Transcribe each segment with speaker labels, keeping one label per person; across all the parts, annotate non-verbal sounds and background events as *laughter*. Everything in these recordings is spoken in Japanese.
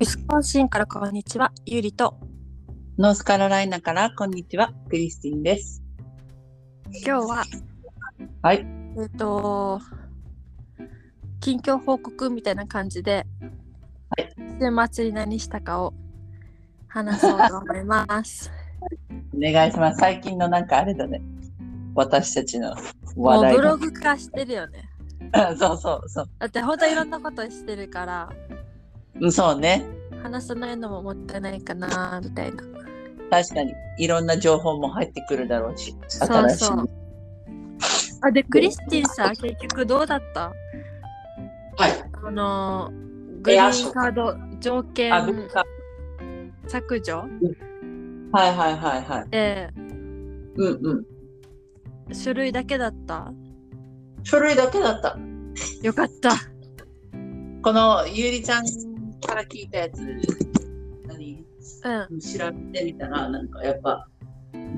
Speaker 1: ウィスコンシンからこんにちは、ゆりと。
Speaker 2: ノースカロライナから、こんにちは。クリスティンです。
Speaker 1: 今日は、
Speaker 2: はい
Speaker 1: えっ、と、近況報告みたいな感じで、週末に何したかを話そうと思います。
Speaker 2: お願いします。最近のなんかあれだね。私たちの *laughs* 話
Speaker 1: もう
Speaker 2: 題
Speaker 1: ブ
Speaker 2: の
Speaker 1: ロ。グ化してるよね。
Speaker 2: *laughs* そうそうそう
Speaker 1: だって本当いろんなことしてるから、
Speaker 2: うん。そうね。
Speaker 1: 話さないのももったいないかな、みたいな。
Speaker 2: 確かに。いろんな情報も入ってくるだろうし。
Speaker 1: そう
Speaker 2: 新しい。
Speaker 1: そう。あ、で、クリスティンさ、結局どうだった
Speaker 2: はい。
Speaker 1: あのー、グリーンカード条件
Speaker 2: あ、文化。
Speaker 1: 削除
Speaker 2: はいはいはいはい。
Speaker 1: で
Speaker 2: うんうん。
Speaker 1: 書類だけだった
Speaker 2: 書類だけだった。
Speaker 1: よかった
Speaker 2: このゆりちゃんから聞いたやつ、何
Speaker 1: うん
Speaker 2: 調べてみたら、なんかやっぱ、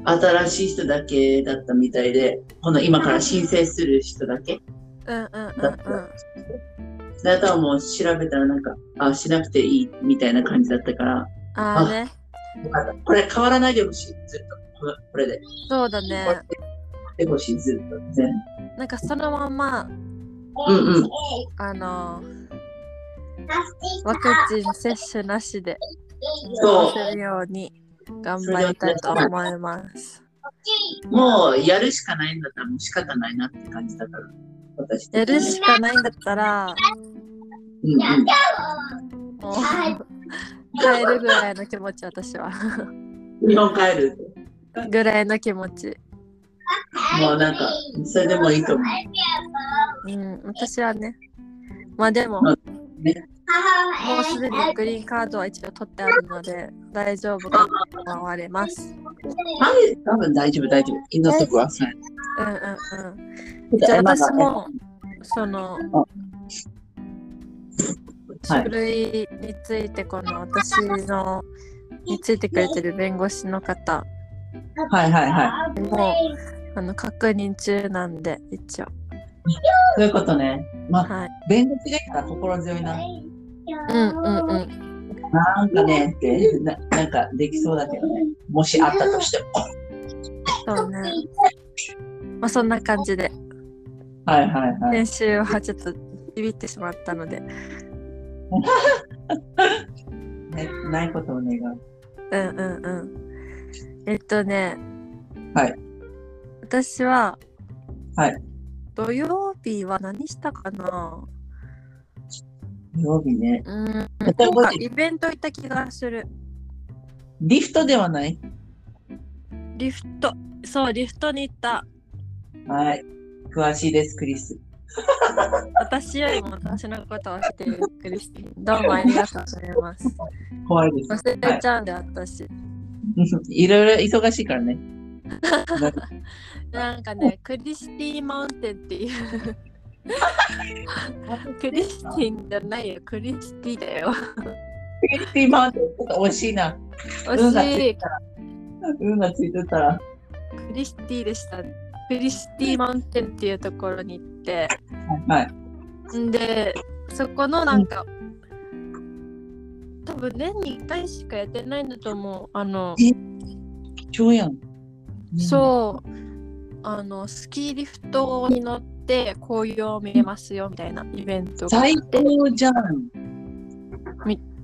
Speaker 2: 新しい人だけだったみたいで、この今から申請する人だけ
Speaker 1: うんうんう
Speaker 2: だっ
Speaker 1: んうん
Speaker 2: た。それとはもう調べたらなんか、あ、しなくていいみたいな感じだったから、
Speaker 1: ああね
Speaker 2: よかったこれ変わらないでほしい、ずっと。このこれで。
Speaker 1: そうだ
Speaker 2: こ
Speaker 1: ね
Speaker 2: れでほしい、ずっと。全部。
Speaker 1: なんかそのまま
Speaker 2: うんうん。
Speaker 1: あのーワクチン接種なしで
Speaker 2: そう
Speaker 1: するように頑張りたいと思います
Speaker 2: もうやるしかないんだったらもう仕方ないなって感じだから、私。
Speaker 1: やるしかないんだったら
Speaker 2: うんうん。
Speaker 1: もう帰るぐらいの気持ち私は
Speaker 2: 日本帰る。
Speaker 1: ぐらいの気持ち
Speaker 2: もうなんか、それでもいいと思う。
Speaker 1: うん私はねまあでももうすでにグリーンカードは一応取ってあるので大丈夫だと思われます。
Speaker 2: はい、多分大丈夫、大丈夫。インドとこはさ。
Speaker 1: うんうんうん。じゃあ
Speaker 2: 今
Speaker 1: 私
Speaker 2: がね
Speaker 1: もその
Speaker 2: は
Speaker 1: 書
Speaker 2: い。
Speaker 1: 類についてこの私のについてくれてる弁護士の方
Speaker 2: はいはいはい。
Speaker 1: もあの確認中なんで一応
Speaker 2: そういうことね。まあ、
Speaker 1: はい。
Speaker 2: 弁護士できたら心強いな。
Speaker 1: うんうんうん。
Speaker 2: なんかねってな、なんかできそうだけどね。もしあったとしても。
Speaker 1: そうね。まあそんな感じで
Speaker 2: はいはいはい。
Speaker 1: 練習はちょっとビビってしまったので
Speaker 2: ね、ないことを願う。
Speaker 1: うんうんうん。えっとね。
Speaker 2: はい。
Speaker 1: 私は。
Speaker 2: はい。
Speaker 1: 土曜日は何したかな。
Speaker 2: 土曜日ね。
Speaker 1: うん。なん
Speaker 2: やったこと
Speaker 1: かイベント行った気がする。
Speaker 2: リフトではない。
Speaker 1: リフト。そう、リフトに行った。
Speaker 2: はい。詳しいです、クリス。
Speaker 1: 私よりも私のことを知っているクリスティン。どうもありがとうございます。
Speaker 2: 怖い *laughs* です。
Speaker 1: 忘れちゃうんで、私。
Speaker 2: いろいろ忙しいからね。
Speaker 1: なんかね、クリスティマウンテンっていう。クリスティンじゃないよ、クリスティだよ。
Speaker 2: クリスティマウンテン、ちょっと惜しいな。運がつ
Speaker 1: 惜しい
Speaker 2: いてたら。運がついてたら。
Speaker 1: クリスティでしたね。クリスティマウンテンっていうところに行って、
Speaker 2: はい。
Speaker 1: んで、そこのなんか、多分年に1回しかやってないんだと思う。あの、
Speaker 2: 超やん。
Speaker 1: そう、あの、スキーリフトに乗って紅葉を見れますよみたいなイベントが
Speaker 2: 最高じゃん。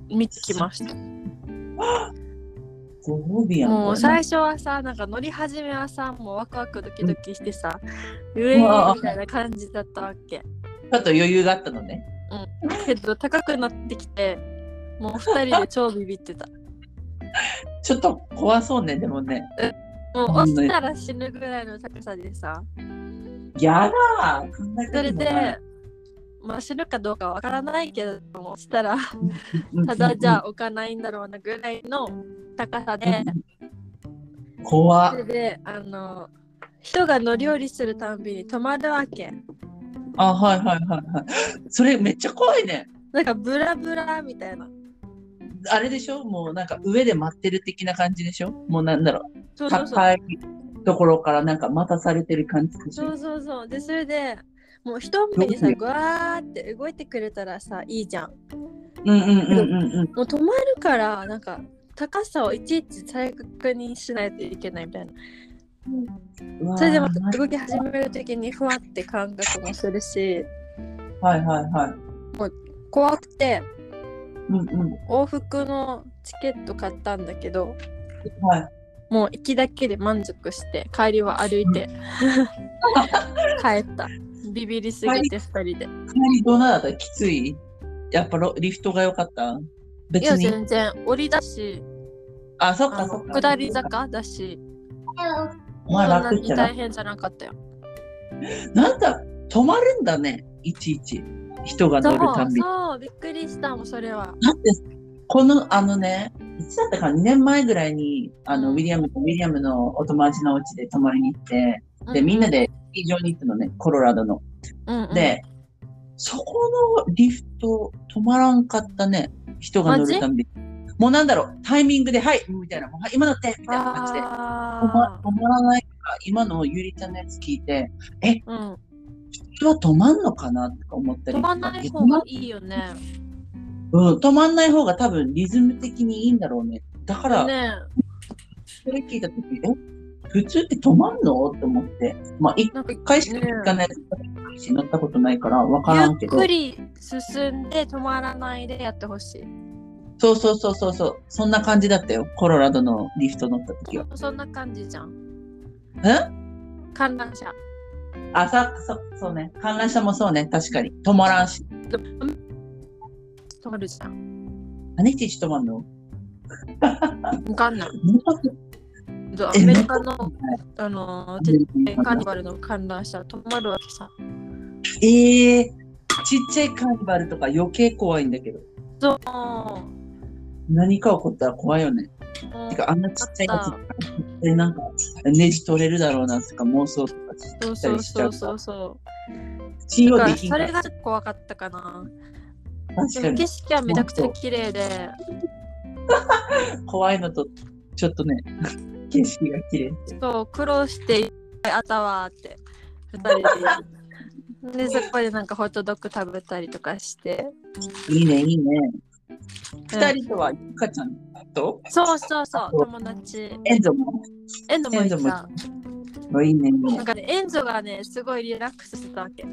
Speaker 1: 見つきました。
Speaker 2: ご褒美やん。
Speaker 1: も
Speaker 2: こ
Speaker 1: う
Speaker 2: れな
Speaker 1: 最初はさ、なんか乗り始めはさ、もうワクワクドキドキしてさ、うえーみたいな感じだったわけ。
Speaker 2: ちょっと余裕があったのね。
Speaker 1: けど高くなってきてもう2人で超ビビってた
Speaker 2: ちょっと怖そうね、でもね。
Speaker 1: もう落ちたら死ぬぐらいの高さでさ
Speaker 2: やだー考え
Speaker 1: そ
Speaker 2: た
Speaker 1: れ
Speaker 2: こと
Speaker 1: で
Speaker 2: ない、
Speaker 1: まあ、死ぬかどうかわからないけども落ちたら
Speaker 2: うん
Speaker 1: ただじゃ置かないんだろうなぐらいの高さで
Speaker 2: うん怖
Speaker 1: それであの人が乗り降りするたんびに止まるわけ
Speaker 2: あ、はいはいはいはい。それめっちゃ怖いね。
Speaker 1: なんかブラブラみたいな
Speaker 2: あれでしょもうなんか上で待ってる的な感じでしょもうなんだろう。
Speaker 1: そうそうそう
Speaker 2: 高いところからなんか待たされてる感じでし
Speaker 1: そ
Speaker 2: ょ
Speaker 1: うそうそうでそれでもう一目にさ
Speaker 2: どうする
Speaker 1: ぐわーって動いてくれたらさいいじゃん
Speaker 2: うんうんうんうんうん。
Speaker 1: もう止まるからなんか高さをいちいち再確認しないといけないみたいなそれでまた動き始める時にふわって感覚もするし
Speaker 2: はいはいはい。
Speaker 1: 怖くて
Speaker 2: うんうん。
Speaker 1: 往復のチケット買ったんだけど
Speaker 2: はい。
Speaker 1: もう行きだけで満足して帰りは歩いて帰ったビビりすぎて2人で
Speaker 2: かなりどうなだったきついやっぱロリフトが良かった別
Speaker 1: いや
Speaker 2: に。
Speaker 1: 全然降りだし
Speaker 2: あ、そっ
Speaker 1: あ
Speaker 2: かそっ
Speaker 1: の
Speaker 2: か。
Speaker 1: 下り。坂だし
Speaker 2: お
Speaker 1: そん
Speaker 2: 前
Speaker 1: な
Speaker 2: 楽っ
Speaker 1: に
Speaker 2: ちゃな
Speaker 1: 大。変じゃなかったよ
Speaker 2: なんだ、止まるんだね、いちいち。人が
Speaker 1: そ
Speaker 2: 乗るたん
Speaker 1: う
Speaker 2: び。
Speaker 1: そうびっくりしたもんそれは
Speaker 2: だって、この、あのね、いつだったか2年前ぐらいに、あの、
Speaker 1: う
Speaker 2: ウ
Speaker 1: ん
Speaker 2: ィリアムとウィリアムのお友達のお家で泊まりに行って、で、みんなでスキー場に行ったのね、コロラドの。
Speaker 1: うんうん
Speaker 2: で、そこのリフト止まらんかったね、人が乗るたんび。もうなんだろう、タイミングで、はい、みたいな、もうはい今乗って、みたいな感じで。止
Speaker 1: あ
Speaker 2: ま止まらないから、今のゆりちゃんのやつ聞いて、
Speaker 1: ーうん
Speaker 2: 普通は止まんのかなとか思ったり
Speaker 1: 止
Speaker 2: とか
Speaker 1: まんない方がいいよね。
Speaker 2: うん、止まんない方が多分リズム的にいいんだろうね。だから、
Speaker 1: ね
Speaker 2: それ聞いた時え普通って止まんのと思って、まあ、一
Speaker 1: なんか
Speaker 2: 回しか行かないし、乗ったことないから分からんけ
Speaker 1: ゆっ
Speaker 2: ど
Speaker 1: く、り進んで止まらないでやってほしい。
Speaker 2: そうそうそうそうそう、そんな感じだったよ、コロラドのリフト乗った時は。
Speaker 1: そんな感じじゃん。
Speaker 2: え
Speaker 1: 観覧車。
Speaker 2: あ、さそそうね、観覧車もそうね、確かに。止まらんし。
Speaker 1: 止まるじゃん。
Speaker 2: 何ちち止まんの
Speaker 1: わかんない。どア
Speaker 2: え
Speaker 1: メリカの
Speaker 2: 乗ったことない
Speaker 1: あのーテカーニバルの観覧車止まるわけさ。
Speaker 2: ええちっちゃいカーニバルとか余計怖いんだけど。
Speaker 1: そう。
Speaker 2: 何か起こったら怖いよね。
Speaker 1: もう
Speaker 2: てか、あんなちっちゃいやつ、絶対なんか、ネジ取れるだろうなとか妄想とか
Speaker 1: そう
Speaker 2: した
Speaker 1: そ
Speaker 2: り
Speaker 1: う
Speaker 2: しち
Speaker 1: そうう
Speaker 2: ゃ
Speaker 1: そ
Speaker 2: か
Speaker 1: う。そう。
Speaker 2: 信
Speaker 1: だ
Speaker 2: 用
Speaker 1: か
Speaker 2: で
Speaker 1: ら
Speaker 2: きん
Speaker 1: そ
Speaker 2: か
Speaker 1: れ
Speaker 2: ら。
Speaker 1: がちょっと怖かったかな。で
Speaker 2: 確か
Speaker 1: も景
Speaker 2: に。
Speaker 1: 色はめちゃくちゃ綺麗で、
Speaker 2: 怖いのと、ちょっとね、 *laughs* 景色が綺麗。
Speaker 1: そう苦労してあたわーって二人ででそこでなんかホットドッグ食べたりとかして
Speaker 2: いいね、いいね。
Speaker 1: うん
Speaker 2: 二人とは、ゆかちゃんと、
Speaker 1: そうそうそう友達
Speaker 2: エンゾも、
Speaker 1: エンドもい
Speaker 2: エンドも
Speaker 1: た
Speaker 2: もういいね、いい
Speaker 1: な
Speaker 2: ね
Speaker 1: ん。かねエンゾがねすごいリラックスしてたわけ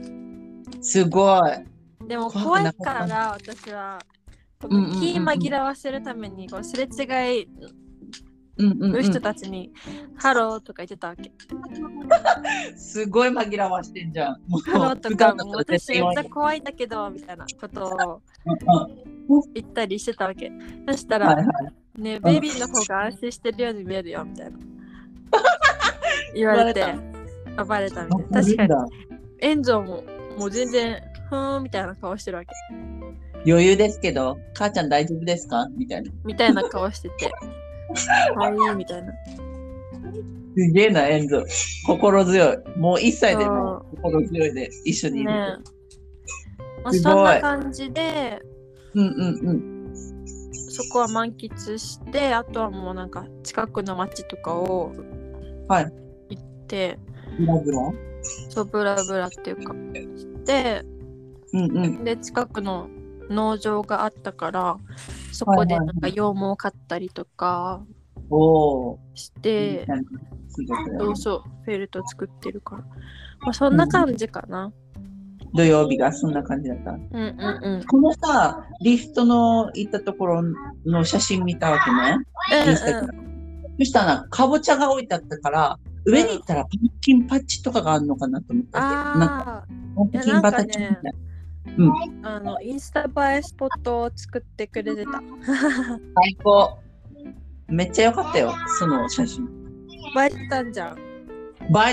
Speaker 2: すごい。
Speaker 1: でも怖
Speaker 2: 怖くないかった
Speaker 1: から私はこ
Speaker 2: うんうんうん
Speaker 1: の
Speaker 2: うん
Speaker 1: 気紛らわせるためにこうすれ違い
Speaker 2: うんうん、う
Speaker 1: の人
Speaker 2: ん。
Speaker 1: たちに「ハロー」とか言ってたわけ
Speaker 2: すごい紛らわしてんじゃん。もう、
Speaker 1: 「ハロー」と
Speaker 2: 普
Speaker 1: か
Speaker 2: 段だ
Speaker 1: も
Speaker 2: っ
Speaker 1: う
Speaker 2: たら絶
Speaker 1: 私め
Speaker 2: 対言
Speaker 1: っ
Speaker 2: わん
Speaker 1: ち
Speaker 2: よ
Speaker 1: ゃ怖いんだけどみたいなことを
Speaker 2: うんうん
Speaker 1: 言ったりしてたわけそした
Speaker 2: はい
Speaker 1: ら
Speaker 2: はい
Speaker 1: ねベイビーの方が安心してるように見えるよみたいな言われて
Speaker 2: バレ
Speaker 1: あバレたみた
Speaker 2: あ
Speaker 1: いな確かに
Speaker 2: いいんだ
Speaker 1: エンゾももう全然ふーんみたいな顔してるわけ
Speaker 2: 余裕ですけど、母ちゃん大丈夫ですかみたいな。
Speaker 1: みたいな顔しててはいみたいな
Speaker 2: すげえな、エンゾ。心強い。もう一歳で
Speaker 1: そう
Speaker 2: もう心強いで一緒にい
Speaker 1: ね
Speaker 2: る。
Speaker 1: まあ、
Speaker 2: すごい
Speaker 1: そんな感じで
Speaker 2: うんうんうん。
Speaker 1: そこは満喫してあとはもうなんか近くの街とかを
Speaker 2: は
Speaker 1: 行
Speaker 2: い
Speaker 1: って、
Speaker 2: ブラブラ。
Speaker 1: そうブラブラっていうかして
Speaker 2: うんうん。
Speaker 1: で近くの農場があったからそこでなんか羊毛を買ったりとか
Speaker 2: おお。
Speaker 1: して、
Speaker 2: なんかすごく
Speaker 1: そうそうフェルト作ってるから、まあ、そんな感じかな
Speaker 2: 土曜日がそんな感じだった。
Speaker 1: うんうんうん
Speaker 2: このさ、リフトの行ったところの写真見たわけね。インスタグラムそしたら、かぼちゃが置いてあったから、上に行ったらパンプキンパッチとかがあるのかなと思ったわけなんか
Speaker 1: ああ
Speaker 2: パンプキンバタチ
Speaker 1: い
Speaker 2: みたい
Speaker 1: やなんか
Speaker 2: な。
Speaker 1: ーあのインスタ映えスポットを作ってくれてた
Speaker 2: 最高。めっちゃ良かったよ、その写真。
Speaker 1: 映えてたんじゃん
Speaker 2: 映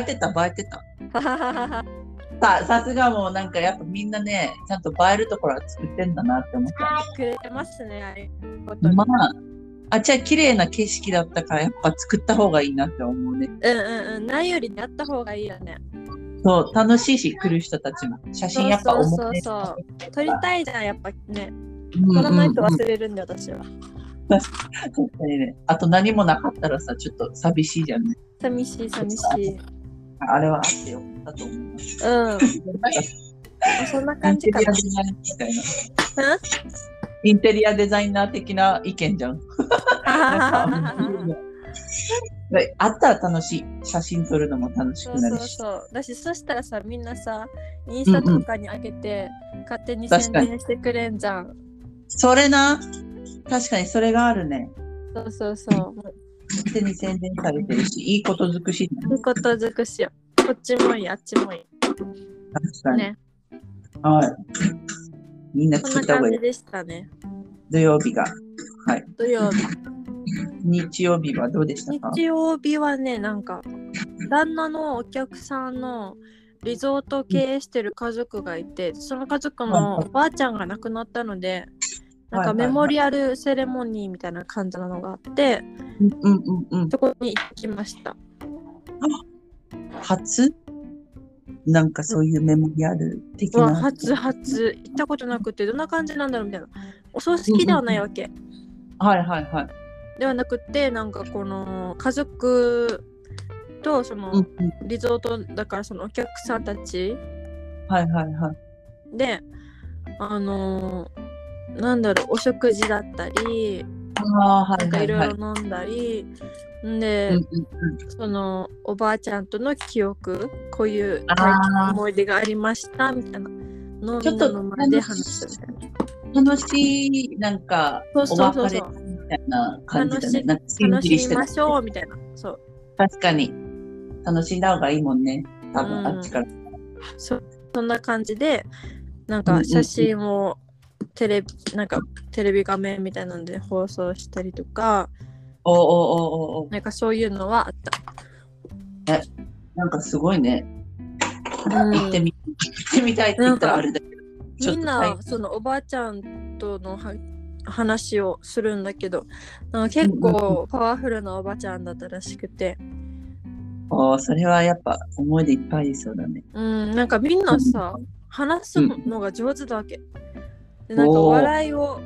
Speaker 2: えてた、映えてた。ささすがもうなんかやっぱみんなね、ちゃんと映えるところは作ってんだなって思った。
Speaker 1: *laughs* くれてますねありがとう
Speaker 2: まあ、あっちは綺麗な景色だったからやっぱ作った方がいいなって思う
Speaker 1: う
Speaker 2: ね。
Speaker 1: んうんうんないよりやった方がいいよね
Speaker 2: そう、楽しいし、来る人たちも。写真やっぱ
Speaker 1: そう
Speaker 2: 重
Speaker 1: そう
Speaker 2: ね
Speaker 1: そう撮りたいじゃんやっぱね
Speaker 2: うん
Speaker 1: 撮
Speaker 2: うんうん
Speaker 1: らないと忘れるんで私は
Speaker 2: 確かにねあと何もなかったらさ、ちょっと寂しいじゃんね。
Speaker 1: 寂しい寂しい
Speaker 2: あれはあってよかったと思います。
Speaker 1: うん
Speaker 2: なんか
Speaker 1: *laughs* そんな感じか
Speaker 2: インテリア
Speaker 1: な
Speaker 2: デザインみたいな。インテリアデザイナー的な意見じゃん。なんか
Speaker 1: *laughs*
Speaker 2: あったら楽しい。写真撮るのも楽し
Speaker 1: そう
Speaker 2: くな
Speaker 1: そ
Speaker 2: る
Speaker 1: う
Speaker 2: し。
Speaker 1: そう。だし、そしたらさ、みんなさ、インスタとかに上げて、勝手に宣伝してくれんじゃん。
Speaker 2: それな。確かにそれがあるね。
Speaker 1: そうそうそう。
Speaker 2: 勝手に宣伝されてるし、いいことづくし。
Speaker 1: いいこと尽くしよう。こっちもいい、あっちもいい。
Speaker 2: 確かに。
Speaker 1: ね。
Speaker 2: はい。みんな
Speaker 1: こん
Speaker 2: 聞
Speaker 1: ない
Speaker 2: た方
Speaker 1: 感
Speaker 2: がいい
Speaker 1: じ。でしたね。
Speaker 2: 土曜日が。
Speaker 1: 土曜日。
Speaker 2: 日曜日はどうでしたか
Speaker 1: 日曜日はね、なんか、旦那のお客さんのリゾートを経営してる家族がいて、その家族のおばあちゃんが亡くなったので、なん
Speaker 2: はいは
Speaker 1: か
Speaker 2: いはい
Speaker 1: メモリアルセレモニーみたいな感じなのがあって、
Speaker 2: うんうんうんうん。
Speaker 1: そこに行きました。
Speaker 2: 初なんかそういうメモリアル的
Speaker 1: うわ
Speaker 2: な。
Speaker 1: 初初行ったことなくてどんな感じなんだろうみたいなお葬式ではないわけ、
Speaker 2: はいはいはい。
Speaker 1: ではなくてなんかこの家族とその、
Speaker 2: うんうん。
Speaker 1: リゾートだからそのお客さんたち
Speaker 2: はいはいはい。
Speaker 1: であのーなんだろうお食事だったり
Speaker 2: ああ、は
Speaker 1: ないんか
Speaker 2: はいい
Speaker 1: ろ
Speaker 2: はいい。
Speaker 1: ろ飲んだり、んで、
Speaker 2: うんうん
Speaker 1: そのおばあちゃんとの記憶こういう
Speaker 2: あー
Speaker 1: 最近の思い出がありましたみたいなの
Speaker 2: ちょっと
Speaker 1: みんなの前で話すみたいな
Speaker 2: うん楽しい、なんか、
Speaker 1: そうそうそうそう
Speaker 2: お別れみたいな感じだね。なんか、しん
Speaker 1: 楽
Speaker 2: じりし
Speaker 1: してみ
Speaker 2: る
Speaker 1: ましょうみたいなそう
Speaker 2: 確かに。楽しんだ方がいいもんね。多分、
Speaker 1: うん
Speaker 2: あっちから。
Speaker 1: そそんな感じでなん
Speaker 2: うんうんう
Speaker 1: か
Speaker 2: ん
Speaker 1: 写真をテレビなんかテレビ画面みたいなので放送したりとか
Speaker 2: おうおうおうおうおう
Speaker 1: なんかそういうのはあった。
Speaker 2: なんかすごいね。行ってみ、行ってみたいって言ったらあれだけど。ちょ
Speaker 1: み
Speaker 2: っ
Speaker 1: ん
Speaker 2: と大
Speaker 1: なそのおばあちゃんとのは話をするんだけどなんか結構パワフルなおばちゃんだったらしくて、
Speaker 2: おーそれはやっぱ思い出いっぱいありそうだね。
Speaker 1: うん、なんかみんなさ話すのが上手だわけ。でなんか
Speaker 2: おー
Speaker 1: 笑いを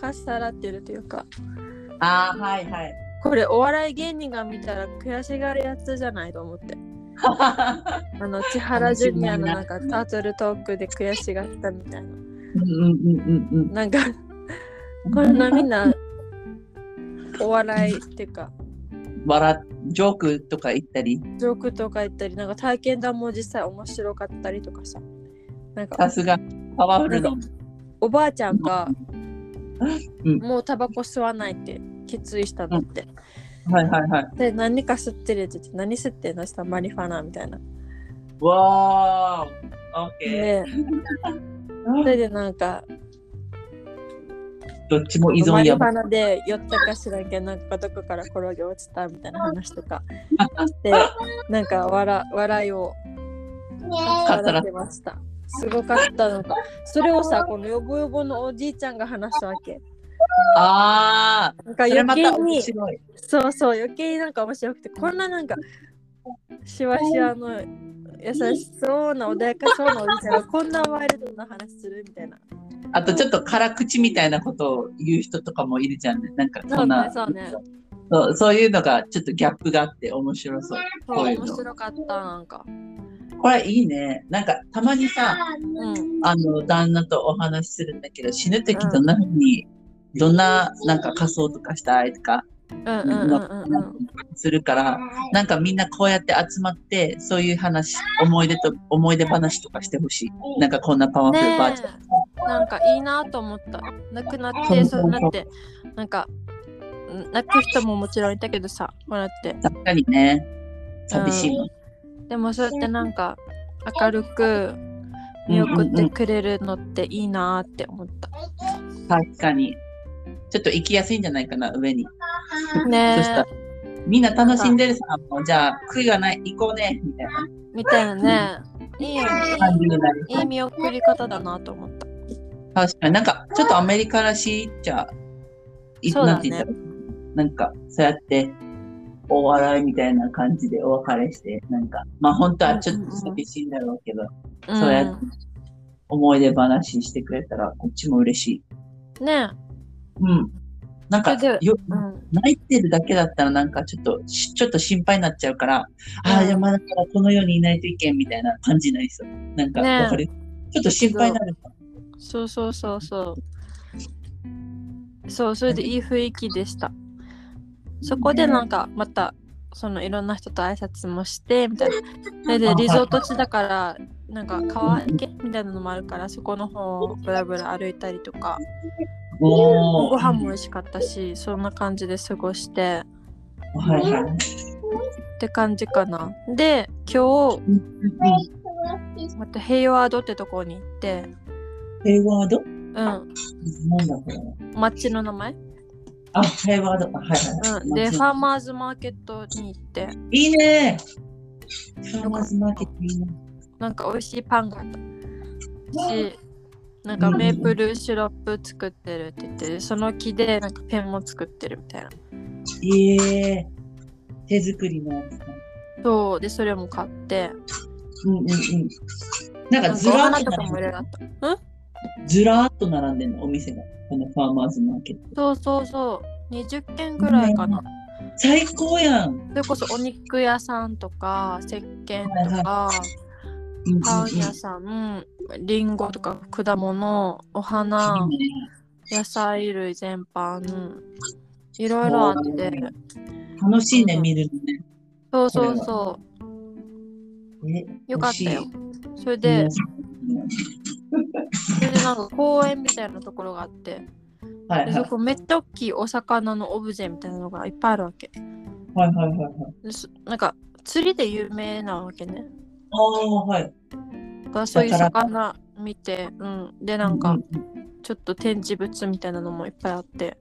Speaker 1: かっさらってるというか
Speaker 2: ああ、はいはい。
Speaker 1: これお笑い芸人が見たら悔しがるやつじゃないと思ってあの千原ジュニアのなんかタートルトークで悔しがったみたいな
Speaker 2: うんうんうんうん
Speaker 1: なん
Speaker 2: *laughs*
Speaker 1: か
Speaker 2: うん。
Speaker 1: こんなみんなお笑いっていうか
Speaker 2: 笑っジョークとか言ったり、
Speaker 1: ジョークとか言ったりなんか体験談も実際面白かったりとかさなん
Speaker 2: さ
Speaker 1: か
Speaker 2: すがパワフルな。
Speaker 1: おばあちゃんが
Speaker 2: うん
Speaker 1: もうタバコ吸わないって決意したんだって
Speaker 2: はいはいはい。
Speaker 1: で何か吸ってるって言って何吸ってんのしたマリファナみたいな
Speaker 2: わー、オッケ
Speaker 1: でそれでなんか
Speaker 2: ー。どっちも依存
Speaker 1: マリ
Speaker 2: や
Speaker 1: ファナで寄ったかしらんけどなんかどこから転げ落ちたみたいな話とかしてなんか笑笑いを
Speaker 2: かったら
Speaker 1: 笑ってましたすごかったのかそれをさこのヨボヨボのおじいちゃんが話すわけ
Speaker 2: あ
Speaker 1: なん
Speaker 2: あ、
Speaker 1: か
Speaker 2: それま
Speaker 1: 余計
Speaker 2: た面
Speaker 1: に
Speaker 2: 白い。
Speaker 1: そうそう余計になんか面白くてこんななんかしわしわの優しそうな穏やかそうなおじいちゃんがこんなワイルドな話するみたいな
Speaker 2: あとちょっと辛口みたいなことを言う人とかもいるじゃんね。なんか
Speaker 1: そ
Speaker 2: こ
Speaker 1: うんね
Speaker 2: な。
Speaker 1: そうね
Speaker 2: そうそういうのがちょっとギャップがあって面白そう。
Speaker 1: そう
Speaker 2: こういう
Speaker 1: 面
Speaker 2: の。
Speaker 1: 白かったなんか
Speaker 2: これいいね。なんかたまにさ、
Speaker 1: うん
Speaker 2: あの旦那とお話しするんだけど死ぬ時どんなふうに、どんななんか仮装とかしたいとか、
Speaker 1: うんうんうんうんうん
Speaker 2: するからなんかみんなこうやって集まってそういう話思い出と思い出話とかしてほしいなんかこんなパワフル
Speaker 1: ね
Speaker 2: バージ
Speaker 1: えなんかいいなと思った亡くなって
Speaker 2: そうそう
Speaker 1: そうなってなんかん泣く人ももちろんいたけどさ笑って
Speaker 2: ョン確かにね寂しいもん、
Speaker 1: でもそうやってなんか明るく見送ってくれるのっていいなって思った、
Speaker 2: 確かにちょっと行きやすいんじゃないかな上に、そした
Speaker 1: ね
Speaker 2: らみんな楽しんでるさもうじゃあ悔いがない行こうねみたいな
Speaker 1: えみたいなねいいよね
Speaker 2: 感じになる
Speaker 1: いい見送り方だなと思った
Speaker 2: 確かになんかちょっとアメリカらしいっちゃい
Speaker 1: そうだね
Speaker 2: なんて言ったらなんかそうやってお笑いみたいな感じでお別れしてなんかまあ本当はちょっと寂しいんだろうけど、そうやって思い出話してくれたらこっちも嬉しい
Speaker 1: うんね
Speaker 2: うんなんか
Speaker 1: それで
Speaker 2: よ
Speaker 1: え、うん、
Speaker 2: 泣いてるだけだったらなんかちょっとしちょっと心配になっちゃうから、ああじゃあまだまだこの世にいないといけんみたいな感じになりそうなんか
Speaker 1: ね
Speaker 2: わかる、ちょっと心配になる
Speaker 1: そうそうそうそうそうそれでいい雰囲気でしたそこでなんかまたそのいろんな人と挨拶もしてみたいなそれでリゾート地だからなんか川池みたいなのもあるからそこの方をぶらぶら歩いたりとか
Speaker 2: お
Speaker 1: ご
Speaker 2: お。
Speaker 1: 飯も美味しかったしそんな感じで過ごして
Speaker 2: はいはい。
Speaker 1: って感じかなで今日またヘイワードってとこに行って
Speaker 2: ヘイワード
Speaker 1: うん
Speaker 2: なんだこれ。
Speaker 1: 町の名前
Speaker 2: あ、ヘイワードか。はいは
Speaker 1: う
Speaker 2: い。
Speaker 1: ん、で、フ
Speaker 2: まあ
Speaker 1: ァーマーズマーケットに行って、
Speaker 2: いいね。ファーマーズマーケットいいね。
Speaker 1: なんか美味しいパンがあったし、なんかメープルシロップ作ってるって言って、その木でなんかペンも作ってるみたいな。
Speaker 2: ええ手作りのやつだ。
Speaker 1: そう、で、それも買って、
Speaker 2: うんうんうん。なん
Speaker 1: な
Speaker 2: か
Speaker 1: ん
Speaker 2: ず
Speaker 1: かお
Speaker 2: ら
Speaker 1: 花
Speaker 2: ーっ
Speaker 1: と
Speaker 2: と
Speaker 1: かもいろ
Speaker 2: 並
Speaker 1: い
Speaker 2: ん
Speaker 1: ろあった。
Speaker 2: でずらーっと並んでるの、お店が。このファーマーズマーケット。
Speaker 1: そうそうそう、20軒ぐらいかな。
Speaker 2: 最高やん。うん
Speaker 1: それこそお肉屋さんとか、石鹸とか、
Speaker 2: うんうん
Speaker 1: パン屋さん、リンゴとか果物、お花、
Speaker 2: いいね
Speaker 1: 野菜類全般、いろいろあって。
Speaker 2: 楽しいね、
Speaker 1: うん
Speaker 2: 見るのね。
Speaker 1: そうそうそ
Speaker 2: え
Speaker 1: う。よかったよ。。それ
Speaker 2: 美
Speaker 1: で
Speaker 2: 味、しい
Speaker 1: それでなんか公園みたいなところがあって、
Speaker 2: はい
Speaker 1: で
Speaker 2: は
Speaker 1: そ
Speaker 2: い
Speaker 1: こめっちゃ大きいお魚のオブジェみたいなのがいっぱいあるわけ。
Speaker 2: はいはいはいはい。
Speaker 1: でそなんか釣りで有名なわけね。
Speaker 2: ああ、はい。
Speaker 1: だからそういう
Speaker 2: だか
Speaker 1: 魚見て、うん。で、なん
Speaker 2: う
Speaker 1: か
Speaker 2: う
Speaker 1: ちょっと展示物みたいなのもいっぱいあって、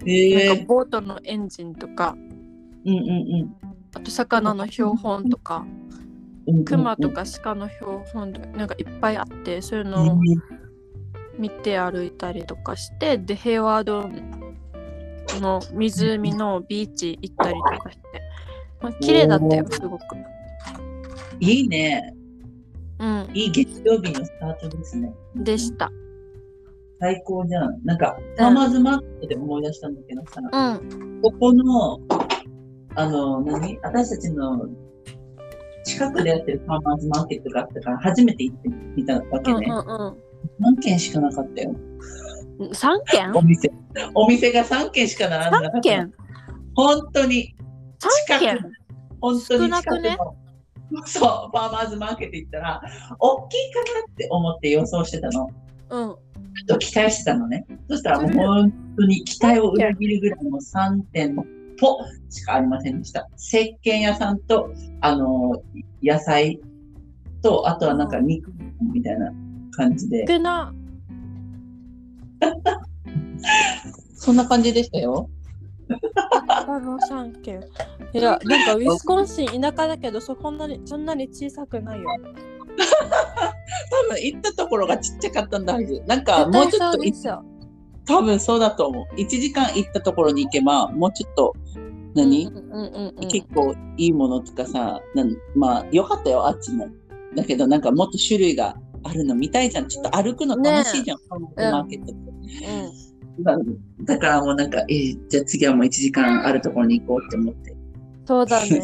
Speaker 2: うん。え
Speaker 1: なんか
Speaker 2: え。
Speaker 1: ボートのエンジンとか、
Speaker 2: うんうん
Speaker 1: あと魚の標本とか、
Speaker 2: うんうん。
Speaker 1: クマとか鹿の標本とか、なんかいっぱいあって、そういう
Speaker 2: え
Speaker 1: のを
Speaker 2: ー。
Speaker 1: 見て歩いたりとかしてでヘイワードの湖のビーチ行ったりとかして、まあ綺麗だったよ
Speaker 2: お
Speaker 1: すごく
Speaker 2: いいね。
Speaker 1: うん
Speaker 2: いい月曜日のスタートですね。
Speaker 1: でした
Speaker 2: 最高じゃん。なんか、ファーマーズマーケットで思い出したんだけどさ、
Speaker 1: うん
Speaker 2: ここの、あの、何私たちの近くでやってるファーマーズマーケットがあったから、初めて行ってみたわ
Speaker 1: う
Speaker 2: け
Speaker 1: んう
Speaker 2: ね。
Speaker 1: ん
Speaker 2: 何軒しかなかったよ。
Speaker 1: うん3件
Speaker 2: お店。お店が3軒しか並んで
Speaker 1: ?3
Speaker 2: なかったの。
Speaker 1: 件
Speaker 2: 本当に。
Speaker 1: 3
Speaker 2: 近
Speaker 1: 件
Speaker 2: く。本当に
Speaker 1: 少な
Speaker 2: 近
Speaker 1: く
Speaker 2: く
Speaker 1: ね
Speaker 2: の。そう、ファーマーズマーケット行ったら、大きいかなって思って予想してたの。ちょ
Speaker 1: うん
Speaker 2: っと期待してたのね。そしたらもう本当に期待を裏切るぐらいの3点ぽしかありませんでした。石鹸屋さんと、あの、野菜と、あとはなんか肉みたいな感じで。
Speaker 1: 少な
Speaker 2: そんな感じでしたよ。
Speaker 1: 他の3件いやなんかウィスコンシン田舎だけどそこなにそんなに小さくないよ
Speaker 2: 多分行ったところがちっちゃかったんだはず。なんか
Speaker 1: 絶
Speaker 2: も
Speaker 1: 対
Speaker 2: うちょっ
Speaker 1: そ
Speaker 2: と
Speaker 1: うですよ
Speaker 2: 多分そうだと思う。1時間行ったところに行けば、もうちょっと、何、
Speaker 1: うんうんうんうん
Speaker 2: 結構いいものとかさ、なんまあ、よかったよ、あっちも。だけど、なんかもっと種類があるの見たいじゃん。ちょっと歩くの楽しいじゃん、ファーマーケットって。
Speaker 1: う
Speaker 2: だだからもうなんか、えーじゃあ次はもう1時間あるところに行こうって思って。
Speaker 1: んそうだね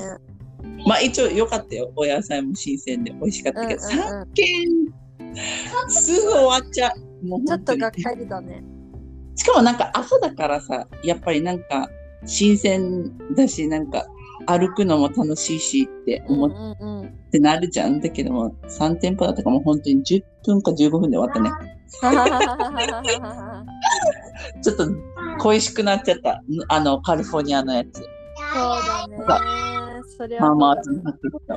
Speaker 2: まあ一応よかったよ。お野菜も新鮮で美味しかっ
Speaker 1: うん
Speaker 2: た
Speaker 1: うん
Speaker 2: けど、三
Speaker 1: うん
Speaker 2: 軒すぐ終わっちゃう。もう
Speaker 1: ちょっ
Speaker 2: 本
Speaker 1: と
Speaker 2: 当に
Speaker 1: がっかりだね
Speaker 2: しかもなんか朝だからさ、やっぱりなんか新鮮だし、なんか歩くのも楽しいしって
Speaker 1: うん
Speaker 2: 思
Speaker 1: う
Speaker 2: っ
Speaker 1: んうん
Speaker 2: てなるじゃん。だけども、3店舗だったからもう本当に10分か15分で終わったね。
Speaker 1: *laughs* そ
Speaker 2: ちょっと恋しくなっちゃった。あの、カリフォルニアのやつ。
Speaker 1: うだね。それ
Speaker 2: まあ
Speaker 1: は
Speaker 2: まあ、なってきた。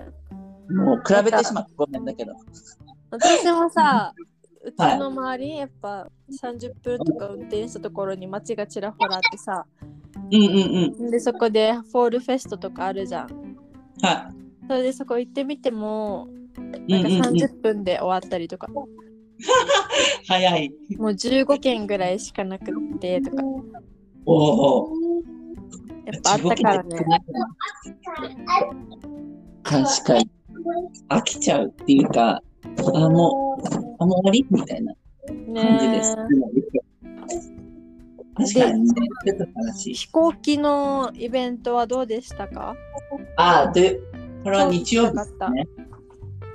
Speaker 2: もう比べてしまってごめんだけど。
Speaker 1: 私もさ、うちの周り、やっぱ30分とか運転したところに街がちらほらあってさ、
Speaker 2: うんうんうん。
Speaker 1: で、そこでフォールフェストとかあるじゃん。
Speaker 2: は
Speaker 1: それでそこ行ってみても、
Speaker 2: い。う
Speaker 1: なんん
Speaker 2: う
Speaker 1: か
Speaker 2: んうん。
Speaker 1: 30分で終わったりとか、も
Speaker 2: 早い。
Speaker 1: う15件ぐらいしかなくってとか、
Speaker 2: おお。
Speaker 1: やっぱあったからね。
Speaker 2: 確かに。飽きちゃうっていうか、あ、もう、あ、もう終わりみたいな感じ
Speaker 1: ね
Speaker 2: です。でも確かにね、ちょっと悲しい。
Speaker 1: 飛行機のイベントはどうでしたか
Speaker 2: あ、で、これは日曜日
Speaker 1: 聞き
Speaker 2: で
Speaker 1: た
Speaker 2: す
Speaker 1: かっ
Speaker 2: ね。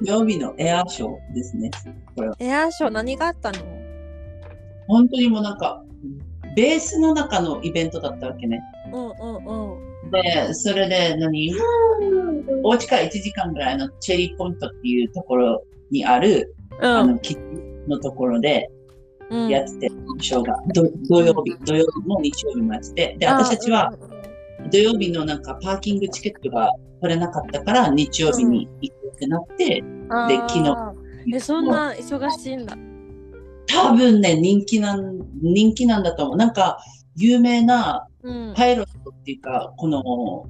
Speaker 2: 日曜日のエアーショーですね。
Speaker 1: たエアーショー何があったの
Speaker 2: 本当にもうなんか、ベースの中のイベントだったわけね。
Speaker 1: うんうんうん。
Speaker 2: で、それで何、お家から1時間ぐらいのチェリーポイントっていうところにある、
Speaker 1: う
Speaker 2: あ
Speaker 1: ん
Speaker 2: の、キッチンのところで
Speaker 1: うん。
Speaker 2: やってて、ショーが土土曜日、土曜日も日曜日もやってて、で、私たちは
Speaker 1: うん
Speaker 2: 土曜日のなんかパーキングチケットが取れなかったから、日曜日に行くってなって、
Speaker 1: うんうん、
Speaker 2: で昨日
Speaker 1: あー。え、そんな忙しいんだ。
Speaker 2: 多分ね、人気なん、人気なんだと思う。なんか、有名な
Speaker 1: うん。
Speaker 2: パイロットっていうか、この、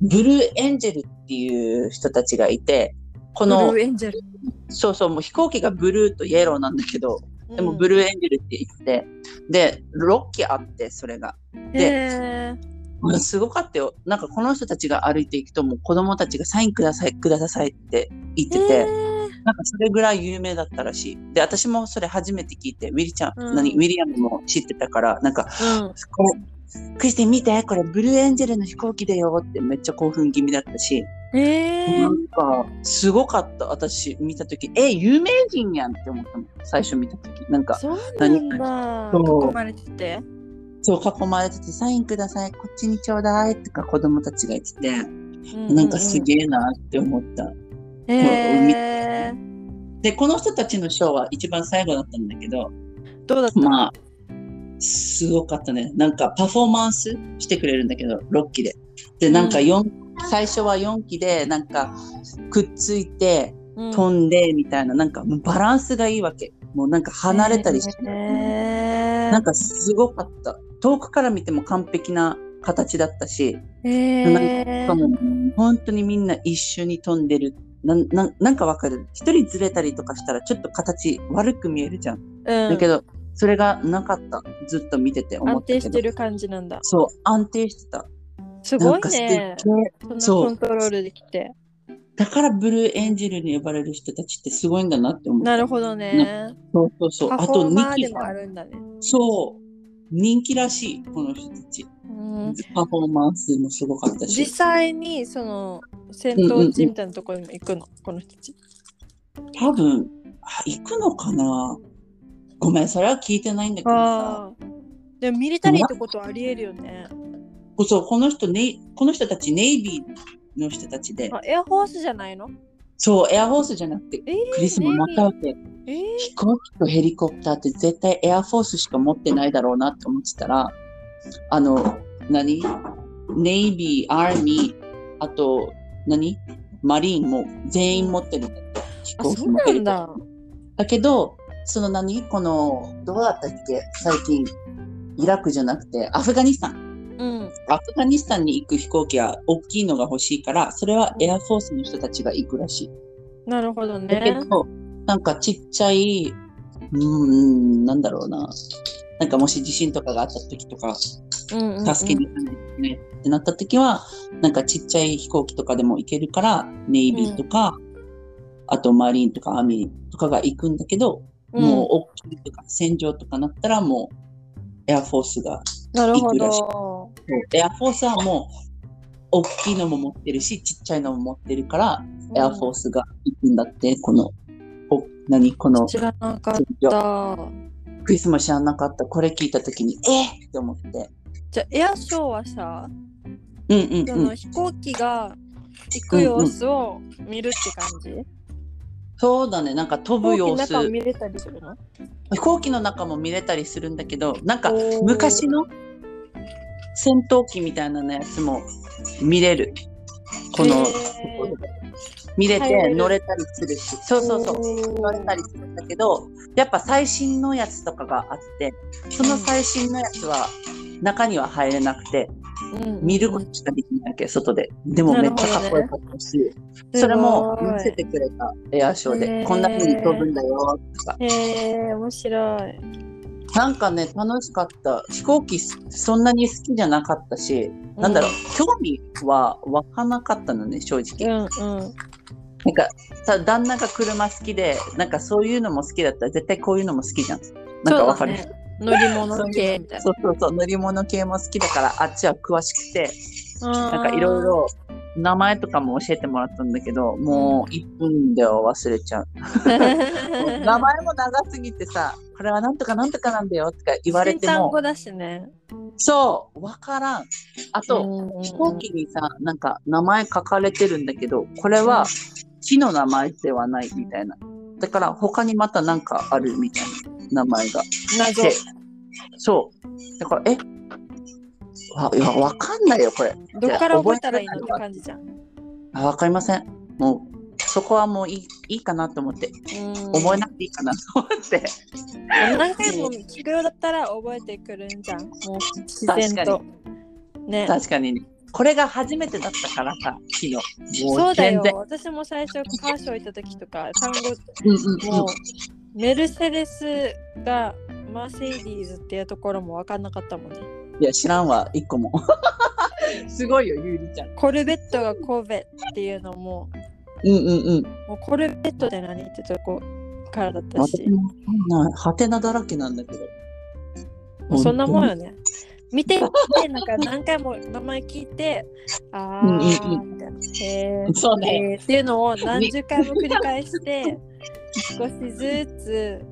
Speaker 2: ブルーエンジェルっていう人たちがいて、こ
Speaker 1: ブル
Speaker 2: の
Speaker 1: ー、エンジェル。
Speaker 2: そうそう、もう飛行機がブルーとイエローなんだけど、でもブ
Speaker 1: ル
Speaker 2: ルーエンジェルって言って、で、6機あって、それが。
Speaker 1: ー
Speaker 2: で
Speaker 1: へ
Speaker 2: もうすごかったよ。なんかこの人たちが歩いていくと、もう子供たちがサインください、くださいって言っ
Speaker 1: ー
Speaker 2: てて、
Speaker 1: えー
Speaker 2: なんかそれぐらい有名だったらしい。で、私もそれ初めて聞いて、ウィリちゃん、
Speaker 1: うん
Speaker 2: 何、ウィリアムも知ってたから、なんか、
Speaker 1: うん
Speaker 2: これ、クリスティン見て、これブルーエンジェルの飛行機だよってめっちゃ興奮気味だったし、
Speaker 1: え
Speaker 2: なんか、すごかった、私見たとき、え、有名人やんって思ったの、最初見たとき。なん
Speaker 1: ー、
Speaker 2: か、
Speaker 1: そうなんだ。
Speaker 2: そう
Speaker 1: 囲まれてて。
Speaker 2: そう囲まれてて、サインください、こっちにちょうだいとか子供たちが言ってて、なんかすげえなって思った。
Speaker 1: え。へー
Speaker 2: で、この人たちのショーは一番最後だったんだけど、
Speaker 1: どうだった
Speaker 2: まあ、すごかったね。なんかパフォーマンスしてくれるんだけど、6期で。で、なんか4、最初は4期で、なんかくっついて、
Speaker 1: うん
Speaker 2: 飛んで、みたいな、なんかもうバランスがいいわけ。もうなんか離れたりして、
Speaker 1: へー
Speaker 2: なんかすごかった。遠くから見ても完璧な形だったし、
Speaker 1: へー
Speaker 2: もう本当にみんな一緒に飛んでる。なんなんなんかわかる。一人ずれたりとかしたらちょっと形悪く見えるじゃん。
Speaker 1: うん
Speaker 2: だけど、それがなかった。ずっと見てて思
Speaker 1: 安
Speaker 2: ったけど。
Speaker 1: 定してる感じなんだ。
Speaker 2: そう、安定してた。
Speaker 1: す
Speaker 2: な
Speaker 1: ご
Speaker 2: ん
Speaker 1: い
Speaker 2: か素
Speaker 1: ね。
Speaker 2: 敵。
Speaker 1: そんな
Speaker 2: そう
Speaker 1: コントロールできて。
Speaker 2: だからブルーエンジェルに呼ばれる人たちってすごいんだなって思う。
Speaker 1: なるほどね。
Speaker 2: そうそうそう。
Speaker 1: パ
Speaker 2: あ
Speaker 1: フ
Speaker 2: と
Speaker 1: ォーマ
Speaker 2: 2
Speaker 1: ー
Speaker 2: 期
Speaker 1: でもあるんだね。
Speaker 2: そう。人気らしい、この人たち。
Speaker 1: うん
Speaker 2: パフォーマンスもすごかった
Speaker 1: 実
Speaker 2: し。
Speaker 1: 際にその戦闘地みたいなところにも行くの、この人たち。
Speaker 2: 多分、あ行くのかなごめん、それは聞いてないんだけどさ。
Speaker 1: ああ。でもミリタリーってことはありえるよね。
Speaker 2: そう、この人、ネイこの人たち、ネイビーの人たちで。
Speaker 1: あエアホースじゃないの
Speaker 2: そう、エアホースじゃなくて、
Speaker 1: えー、
Speaker 2: クリスもまたわけ。
Speaker 1: ネイビーえ
Speaker 2: 飛行機とヘリコプターって絶対エアフォースしか持ってないだろうなって思ってたらあの何ネイビーアーミーあと何マリーンも全員持ってるんだって
Speaker 1: ー、あ
Speaker 2: 飛行
Speaker 1: そう
Speaker 2: 機も
Speaker 1: な
Speaker 2: ヘリコ
Speaker 1: ん
Speaker 2: プター
Speaker 1: だ。
Speaker 2: だけどその何このどうだったっけ最近イラクじゃなくてアフガニスタン
Speaker 1: うん。
Speaker 2: アフガニスタンに行く飛行機は大きいのが欲しいからそれはエアフォースの人たちが行くらしい
Speaker 1: なるほど
Speaker 2: だけ
Speaker 1: ね。
Speaker 2: ど、なんかちっちゃい、うーん、なんだろうな。なんかもし地震とかがあった時とか、
Speaker 1: うんうんうん
Speaker 2: 助けに行かないとね、ってなった時は、なんかちっちゃい飛行機とかでも行けるから、ネイビーとか、あとマリーンとかアーミーとかが行くんだけど、もう大きいとか戦場とかなったらもう、エアフォースが、
Speaker 1: うん、なるほ
Speaker 2: いくらし
Speaker 1: ど。
Speaker 2: エアフォースはもう、大きいのも持ってるし、ちっちゃいのも持ってるから、エアフォー
Speaker 1: ス。
Speaker 2: スが行くんだって、この、お何この
Speaker 1: 知らなかっ
Speaker 2: 戦場
Speaker 1: た。
Speaker 2: クリスマス知らなかった。これ聞いたときに、えっって思って。
Speaker 1: じゃあエアショーはさ、
Speaker 2: うんうん
Speaker 1: そ
Speaker 2: うん。
Speaker 1: の飛行機が行く様子を見るって感じ、
Speaker 2: そうだね。なんか飛ぶ
Speaker 1: 飛行
Speaker 2: 様
Speaker 1: 機の
Speaker 2: 子。
Speaker 1: 中を見れたりするの
Speaker 2: 飛行機の中も見れたりするんだけど、なんか
Speaker 1: おー
Speaker 2: 昔の戦闘機みたいなやつも見れる。この、
Speaker 1: へー
Speaker 2: 見れ
Speaker 1: 入れ
Speaker 2: て
Speaker 1: る
Speaker 2: 乗れたりするし。そうそうそう。乗れたりするんだけど、やっぱ最新のやつとかがあって、その最新のやつは中には入れなくて、
Speaker 1: うん
Speaker 2: 見ることしかできないわけ、外で。でもめっちゃかっこよかったし、それも見せてくれたエアショー
Speaker 1: へ
Speaker 2: で、
Speaker 1: ー
Speaker 2: こんな風に飛ぶんだよとか。
Speaker 1: へえ面白い
Speaker 2: なんかね、楽しかった。飛行機そんなに好きじゃなかったし、なんだろう、興味は湧かなかったのね、正
Speaker 1: う
Speaker 2: 直。
Speaker 1: んうん
Speaker 2: なんか、さ旦那が車好きで、なんかそういうのも好きだったら、絶対こういうのも好きじゃん。なんかわかる。
Speaker 1: そうだね乗り物系みたい
Speaker 2: そうそうそう、乗り物系も好きだから、あっちは詳しくて、
Speaker 1: な *laughs*
Speaker 2: なんかいろいろ名前とかも教えてもらったんだけど、もう1分では忘れちゃう。名前も長すぎてさ、これはなんとかなんとかなんだよとか言われて
Speaker 1: 単
Speaker 2: も、
Speaker 1: 語だしね。
Speaker 2: そう、わからん。あと、
Speaker 1: うん
Speaker 2: 飛行機にさ、なんか名前書かれてるんだけど、これは木の名前ではないみたいな。だから他にまたなんかあるみたいな名前が。
Speaker 1: 謎
Speaker 2: で。そう。だから、えわいやわかんないよ、これ。
Speaker 1: どこから覚えたらいいのって感じじゃん。うん
Speaker 2: あわかりません。もう、そこはもういいいいかなと思って、覚えなくていいかなと思
Speaker 1: *laughs*
Speaker 2: って。
Speaker 1: 何回も聞くようだったら覚えてくるんじゃん。もう自然と。ね。
Speaker 2: 確かに、ね、これが初めてだったからさ、昨日。も
Speaker 1: そうだよ
Speaker 2: 全然。。
Speaker 1: 私も最初カーショー行った時とか、単語
Speaker 2: うんうんう
Speaker 1: も
Speaker 2: ん。
Speaker 1: うメルセデスがマーセディーズっていうところも分かんなかったもんね。
Speaker 2: いや、知らんわ、一個も。 *laughs* すごいよ、ゆうりちゃん。
Speaker 1: コルベットがコーベっていうのも、
Speaker 2: うんうんうん。
Speaker 1: もうコルベットで何ってとこからだった
Speaker 2: 私
Speaker 1: し、
Speaker 2: もわかんない。はてなだらけなんだけど。
Speaker 1: もうそんなもんよね。見て、でなんか何回も名前聞いて、あ
Speaker 2: うん
Speaker 1: ー、
Speaker 2: う
Speaker 1: みたいな。へ
Speaker 2: 本当に。そう
Speaker 1: ー、
Speaker 2: ね。
Speaker 1: へーっていうのを何十回も繰り返して、少しずつ、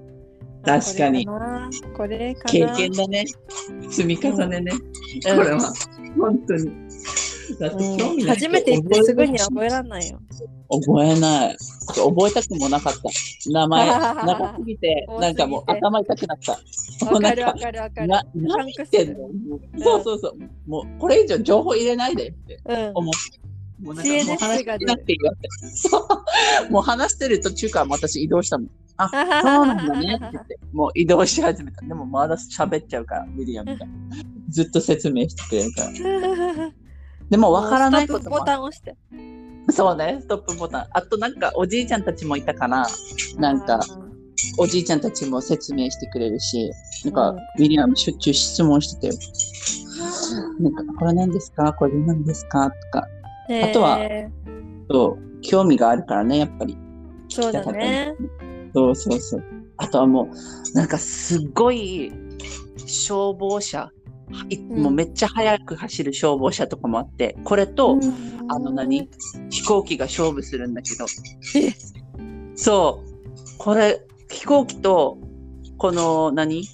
Speaker 1: あ
Speaker 2: 確かに。
Speaker 1: これか
Speaker 2: 経
Speaker 1: な。これ
Speaker 2: 験
Speaker 1: か
Speaker 2: だね。積み重ねね。
Speaker 1: うん
Speaker 2: これは。本当に。だって
Speaker 1: なう
Speaker 2: 興
Speaker 1: ん
Speaker 2: 味ない
Speaker 1: 初めて行ってすぐには覚えらんないよ。、
Speaker 2: 覚えない。覚えたくもなかった。名前、長すぎて
Speaker 1: 多すぎて
Speaker 2: なんかもう頭痛くなった。もう
Speaker 1: わ
Speaker 2: な
Speaker 1: か
Speaker 2: ん
Speaker 1: る
Speaker 2: か
Speaker 1: わかるわかる。
Speaker 2: な、何言ってんのそうそうそう。もう、これ以上情報入れないでって
Speaker 1: うん。
Speaker 2: 思う。もうなんか、もう話し
Speaker 1: CNS が出る
Speaker 2: なくていいよって。そう。もう話してる途中からもう私移動したもん。
Speaker 1: *laughs* そう
Speaker 2: そうなんだねって言って、もう移動し始めた。でもまだ喋っちゃうから、ウィリアムが。ずっと説明してくれるから。でも分からないことも
Speaker 1: ボタン押して。
Speaker 2: そうね、ストップボタン。あとなんかおじいちゃんたちもいたから、なんか
Speaker 1: う
Speaker 2: おじいちゃんたちも説明してくれるし、なんか
Speaker 1: うん
Speaker 2: ウィリアムしょっちゅう質問しててよ。なんかこれ何ですかこれ何ですかとか。
Speaker 1: ん。ねえ
Speaker 2: あとはそう、興味があるからね、やっぱり。
Speaker 1: そうだね。
Speaker 2: そうそうそう。あとはもう、なんかすごい消防車、い
Speaker 1: ん
Speaker 2: もうめっちゃ速く走る消防車とかもあって、これと、あの何飛行機が勝負するんだけど
Speaker 1: え。
Speaker 2: そう。これ、飛行機と、この何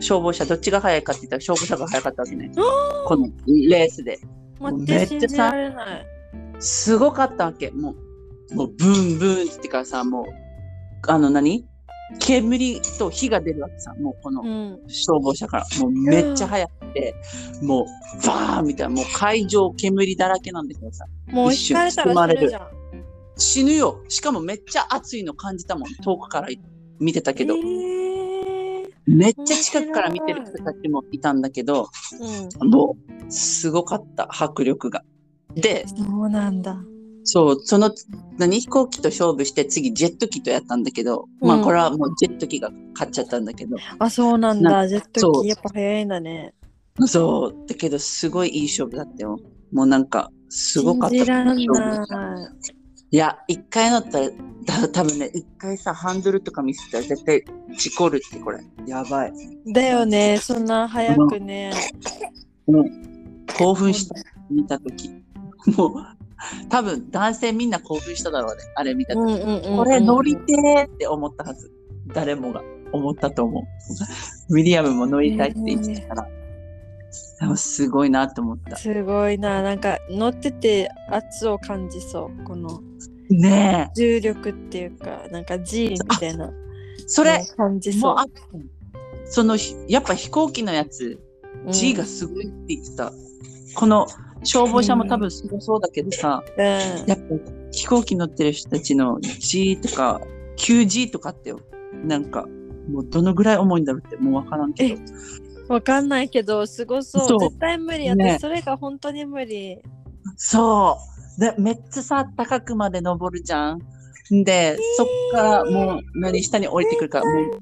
Speaker 2: 消防車、どっちが速いかって言ったら消防車が速かったわけね。このレースで。
Speaker 1: 待っ
Speaker 2: め
Speaker 1: て、
Speaker 2: っち
Speaker 1: 信
Speaker 2: ゃ
Speaker 1: じられない。
Speaker 2: すごかったわけ。もう、もうブンブンって言ってからさ、もう、あの何煙と火が出るわけさ、もうこの
Speaker 1: うん。
Speaker 2: 消防車から。もうめっちゃ速くて、もうバーンみたいな、もう会場煙だらけなんだけどさ、
Speaker 1: もう引かれたら死ぬじゃん。
Speaker 2: 死ぬよ。しかもめっちゃ暑いの感じたもん、遠くから見てたけど、
Speaker 1: えー
Speaker 2: めっちゃ近くから見てる人たちもいたんだけど、
Speaker 1: うん。
Speaker 2: もう、すごかった、迫力が。で、
Speaker 1: そうなんだ。
Speaker 2: そう、その、何飛行機と勝負して次ジェット機とやったんだけど、
Speaker 1: うん
Speaker 2: まあこれはもうジェット機が勝っちゃったんだけど、
Speaker 1: あ、そうなんだ。ジェット
Speaker 2: そう
Speaker 1: 機やっぱ早いんだね。
Speaker 2: そう、だけどすごいいい勝負だったよ。もうなんか、すごかった。
Speaker 1: 信じられ
Speaker 2: 勝負
Speaker 1: ない。
Speaker 2: いや、一回乗ったら、た多分ね、一回さ、ハンドルとか見せたら絶対事故るってこれ。やばい。
Speaker 1: だよね、そんな早くね。
Speaker 2: 興奮した、見たとき。もう、多分男性みんな興奮しただろうね、あれ見たと
Speaker 1: う
Speaker 2: き。
Speaker 1: んうんうん
Speaker 2: これ乗りてーって思ったはず。誰もが思ったと思う。ウィリアムも乗りたいって言ってたから。でもすごいなと思った。
Speaker 1: すごいな、なんか乗ってて圧を感じそう。この
Speaker 2: ね
Speaker 1: 重力っていうか、なんか G みたいな
Speaker 2: え、それ、
Speaker 1: 感じ
Speaker 2: も
Speaker 1: そう
Speaker 2: あったのそのひ、やっぱ飛行機のやつ、
Speaker 1: う。
Speaker 2: G がすごいって言ってた。この消防車も多分すごそうだけどさ、
Speaker 1: うん
Speaker 2: やっぱ飛行機乗ってる人たちの G とか 9G とかあってよ。なんか、もうどのぐらい重いんだろうってもうわからんけど。
Speaker 1: わかんないけど、すごそう。
Speaker 2: そう
Speaker 1: 絶対無理やって、
Speaker 2: ね
Speaker 1: それが本当に無理。
Speaker 2: そう。で、めっちゃさ、高くまで登るじゃん。で、そっからもう、何、下に降りてくるから、もう、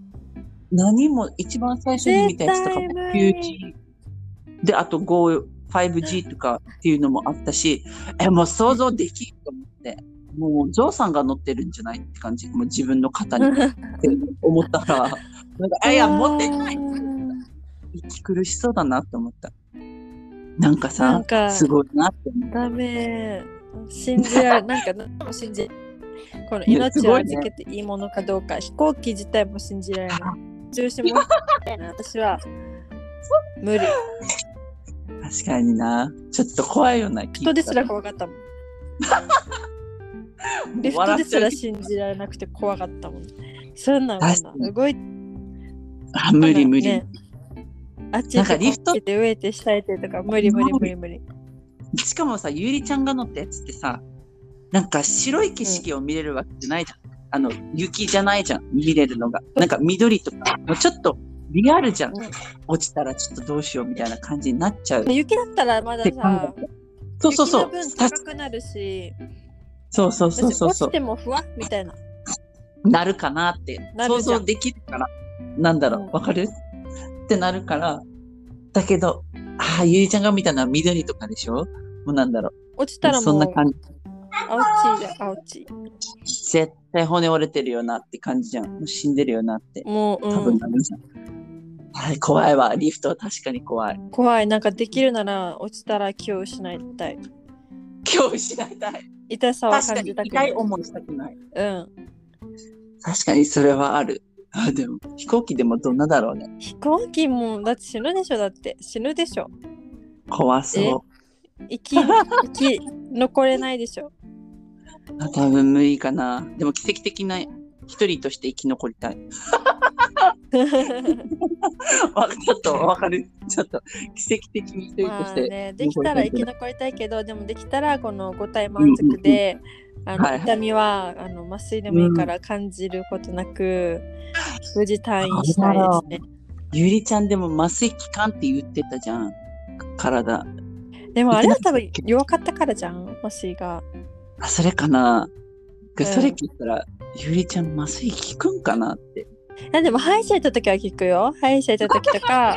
Speaker 2: 何も、一番最初に見たやつとかも
Speaker 1: 絶対無理
Speaker 2: 9G。で、あと5、5G とかっていうのもあったし、え、もう想像できると思って、もう、ゾウさんが乗ってるんじゃないって感じ、もう自分の肩にって思ったら、なんか、あ、いや、持ってない。息苦しそうだなって思った。なん
Speaker 1: な
Speaker 2: か
Speaker 1: ん
Speaker 2: さ、
Speaker 1: か、
Speaker 2: すごいなって思った。
Speaker 1: ダメ。信じ
Speaker 2: *laughs*
Speaker 1: られなんか何も信じこの命を預けていいものかどうか、飛行機自体も信じられない重視も私は無理
Speaker 2: 確かにな。ちょっと怖いような気が
Speaker 1: 人ですら怖かったもんリフトですら信じられなくて怖かったもんそんなんもん
Speaker 2: 確か
Speaker 1: な動いて
Speaker 2: あ、無理無理。
Speaker 1: ねあっち
Speaker 2: な
Speaker 1: 行
Speaker 2: んか
Speaker 1: っ
Speaker 2: リ
Speaker 1: て
Speaker 2: フ
Speaker 1: こ
Speaker 2: ト
Speaker 1: っち行って上行って下行ってとか無理無理無理無理
Speaker 2: しかもさ、ゆりちゃんが乗ったやつってさ、なんか白い景色を見れるわけじゃないじゃん。あの、雪じゃないじゃん、見れるのが。なんか緑とか、もうちょっとリアルじゃん
Speaker 1: うん。
Speaker 2: 落ちたらちょっとどうしようみたいな感じになっちゃう。
Speaker 1: 雪だったらまだ
Speaker 2: って感
Speaker 1: さ
Speaker 2: そうそうそう。
Speaker 1: 雪の分
Speaker 2: た
Speaker 1: 高くなるし
Speaker 2: そうそうそうそう
Speaker 1: 落
Speaker 2: そ
Speaker 1: ちてもふわっみたいな
Speaker 2: う。なるかなって
Speaker 1: な
Speaker 2: 想
Speaker 1: るじゃん
Speaker 2: 像できるから、なんだろ
Speaker 1: うん
Speaker 2: う、わかるってなるから、だけど、ああ、ゆりちゃんが見たのは緑とかでしょもうなんだろ
Speaker 1: 落ちた
Speaker 2: う。
Speaker 1: ら
Speaker 2: そん
Speaker 1: もう
Speaker 2: な感じ。
Speaker 1: 青っちいじゃん青っちい
Speaker 2: 絶対骨折れてるよなって感じじゃん。もう死んでるよなって。
Speaker 1: もう、
Speaker 2: 多
Speaker 1: う
Speaker 2: 分
Speaker 1: ん、
Speaker 2: なるじゃん。はい、怖いわ。リフトは確かに怖い。
Speaker 1: 怖いなんかできるなら落ちたら気を失いたい
Speaker 2: 今日失いたい。
Speaker 1: 痛さは
Speaker 2: 確
Speaker 1: 感
Speaker 2: かに
Speaker 1: じたく
Speaker 2: 痛
Speaker 1: ない
Speaker 2: い思いしたくない。
Speaker 1: うん
Speaker 2: 確かにそれはある。あ、でも飛行機でもどんなだろうね。
Speaker 1: 飛行機もだって死ぬでしょだって死ぬでしょ
Speaker 2: 怖そ
Speaker 1: 生
Speaker 2: *laughs*
Speaker 1: き生き残れないでしょ
Speaker 2: う。あ多分無理かな。でも奇跡的な一人として生き残りたい。 *laughs*
Speaker 1: *laughs*
Speaker 2: わちょっとわかる。ちょっと奇跡的に一人と
Speaker 1: まあ
Speaker 2: して。
Speaker 1: ねできたら生き残りたいけどでもできたらこの五体満足で、あの
Speaker 2: はいはい
Speaker 1: 痛みはあの麻酔でもいいから感じることなく、無事退院したいですね
Speaker 2: ゆりちゃんでも麻酔効かんって言ってたじゃん。体。
Speaker 1: でもあれは多分弱かったからじゃん麻酔が
Speaker 2: あ、それかな。
Speaker 1: うん
Speaker 2: それ聞いたら、ゆりちゃん麻酔効くんかなって。
Speaker 1: いやでも歯医者行った時は聞くよ歯医者行った時とか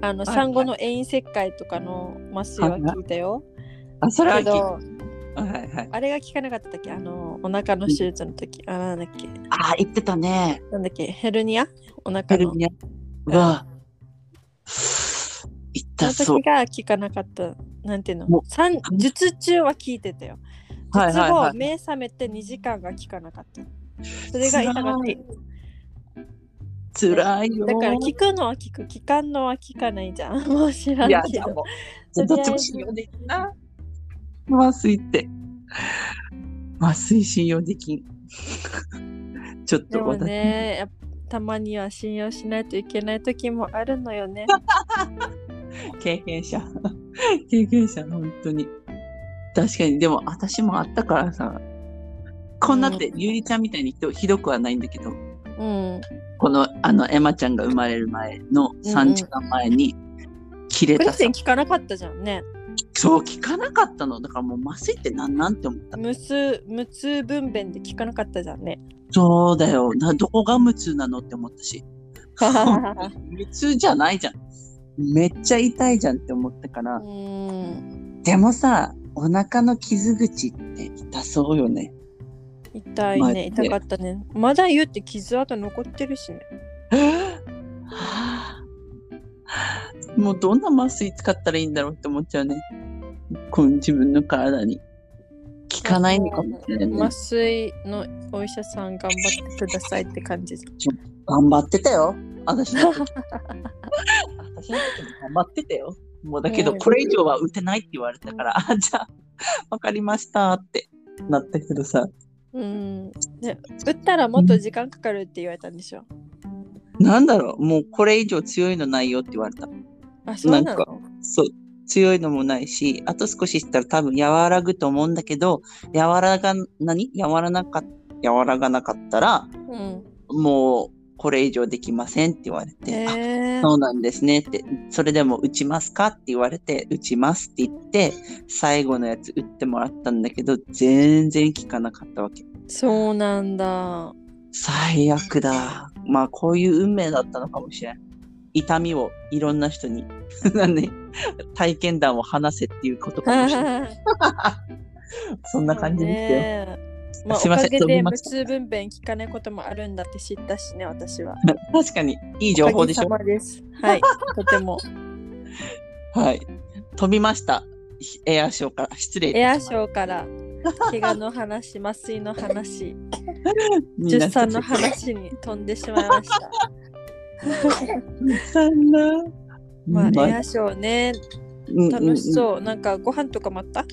Speaker 1: あの
Speaker 2: はい
Speaker 1: 産後の遠因切開とかの麻酔は聞いたよ
Speaker 2: あ、それは
Speaker 1: け
Speaker 2: 聞く。
Speaker 1: ど
Speaker 2: はいはい。
Speaker 1: あれが効かなかった時あのお腹の手術の時あなんだっけ
Speaker 2: あ、言ってたね。
Speaker 1: なんだっけヘルニアお腹
Speaker 2: ヘル
Speaker 1: の
Speaker 2: ニア。うわ。 *sighs* 言った
Speaker 1: そ
Speaker 2: そ
Speaker 1: の
Speaker 2: う
Speaker 1: 時。が効かなかったなんていう
Speaker 2: もう
Speaker 1: のさん術中は効いてたよ術後、
Speaker 2: はいはいはい
Speaker 1: 目覚めて2時間が効かなかったそれが痛かった
Speaker 2: 辛い辛いよ。
Speaker 1: だから聞くのは聞く聞かんのは聞かないじゃん *laughs* もう知ら
Speaker 2: いや、
Speaker 1: んけ
Speaker 2: で
Speaker 1: ど
Speaker 2: も
Speaker 1: とりあえず
Speaker 2: どっちも信用できんな。麻酔って。麻酔信用できん。ちょっ
Speaker 1: で
Speaker 2: と
Speaker 1: も
Speaker 2: 私、
Speaker 1: ねやっぱたまには信用しないといけない時もあるのよね
Speaker 2: 経験者。 *laughs* 経験者、本当に。確かに、でも私もあったからさ、こんなって、ゆりちゃんみたいにひどひどくはないんだけど、
Speaker 1: うん
Speaker 2: この、あの、エマちゃんが生まれる前の3時間前に、切れ
Speaker 1: クリ
Speaker 2: た
Speaker 1: ス
Speaker 2: さ
Speaker 1: テン、聞かなかったじゃんね
Speaker 2: そう、聞かなかったの。だからもう麻酔ってなんなんって思った。
Speaker 1: 無数無痛分娩で聞かなかったじゃんね
Speaker 2: そうだよ。などこが無痛なのって思ったし。無痛じゃないじゃん。めっちゃ痛いじゃんって思ったから。
Speaker 1: うん
Speaker 2: でもさ、お腹の傷口って痛そうよね。
Speaker 1: 痛い
Speaker 2: マジ
Speaker 1: ね
Speaker 2: で
Speaker 1: 痛かったねまだ言うって傷跡残ってるしね
Speaker 2: もうどんな麻酔使ったらいいんだろうって思っちゃうね。この自分の体に。効かないのかもしれない、
Speaker 1: 麻酔のお医者さん頑張ってくださいって感じ。
Speaker 2: 頑張ってたよ。私の時私の時も頑張ってたよ。もうだけど、
Speaker 1: ねえ
Speaker 2: これ以上は打てないって言われたから、あ、じゃあ、わかりましたってなったけどさ。
Speaker 1: うん。ね、打ったらもっと時間かかるって言われたんでしょ。
Speaker 2: なんだろう、もうこれ以上強いのないよって言われた。
Speaker 1: あ、そうなの
Speaker 2: なんかそう、強いのもないし、あと少ししたら多分和らぐと思うんだけど、和らが、何和らなか、和らがなかったら、
Speaker 1: うん。
Speaker 2: もうこれ以上できませんって言われて、あ
Speaker 1: えー
Speaker 2: そうなんですねって、それでも打ちますかって言われて、打ちますって言って、最後のやつ打ってもらったんだけど、全然効かなかったわけ。
Speaker 1: そうなんだ。
Speaker 2: 最悪だ。まあ、こういう運命だったのかもしれん。痛みをいろんな人に、 *laughs* なんで、体験談を話せっていうことかもし
Speaker 1: *laughs*
Speaker 2: れない。そんな感じでしたよ。
Speaker 1: ねまあ、お
Speaker 2: すいません
Speaker 1: かげ
Speaker 2: 飛
Speaker 1: で
Speaker 2: びま
Speaker 1: 無
Speaker 2: した
Speaker 1: 痛分娩聞かないこともあるんだって知ったしね、私は。
Speaker 2: *laughs* 確かに、いい情報でしょ
Speaker 1: お。かげさまです。はい、とても。
Speaker 2: *laughs* はい。飛びました。エアショーから。失礼い
Speaker 1: エ
Speaker 2: た
Speaker 1: ア
Speaker 2: しまし
Speaker 1: シ
Speaker 2: た
Speaker 1: ョーから怪我の話、麻酔の話、
Speaker 2: *laughs* みんな
Speaker 1: 出産の話に飛んでしまいました。
Speaker 2: 出産な。
Speaker 1: ま
Speaker 2: う
Speaker 1: あ、
Speaker 2: まい
Speaker 1: エアショーね、
Speaker 2: うんうん
Speaker 1: 楽し
Speaker 2: うん
Speaker 1: そう。なんかご飯とかもあった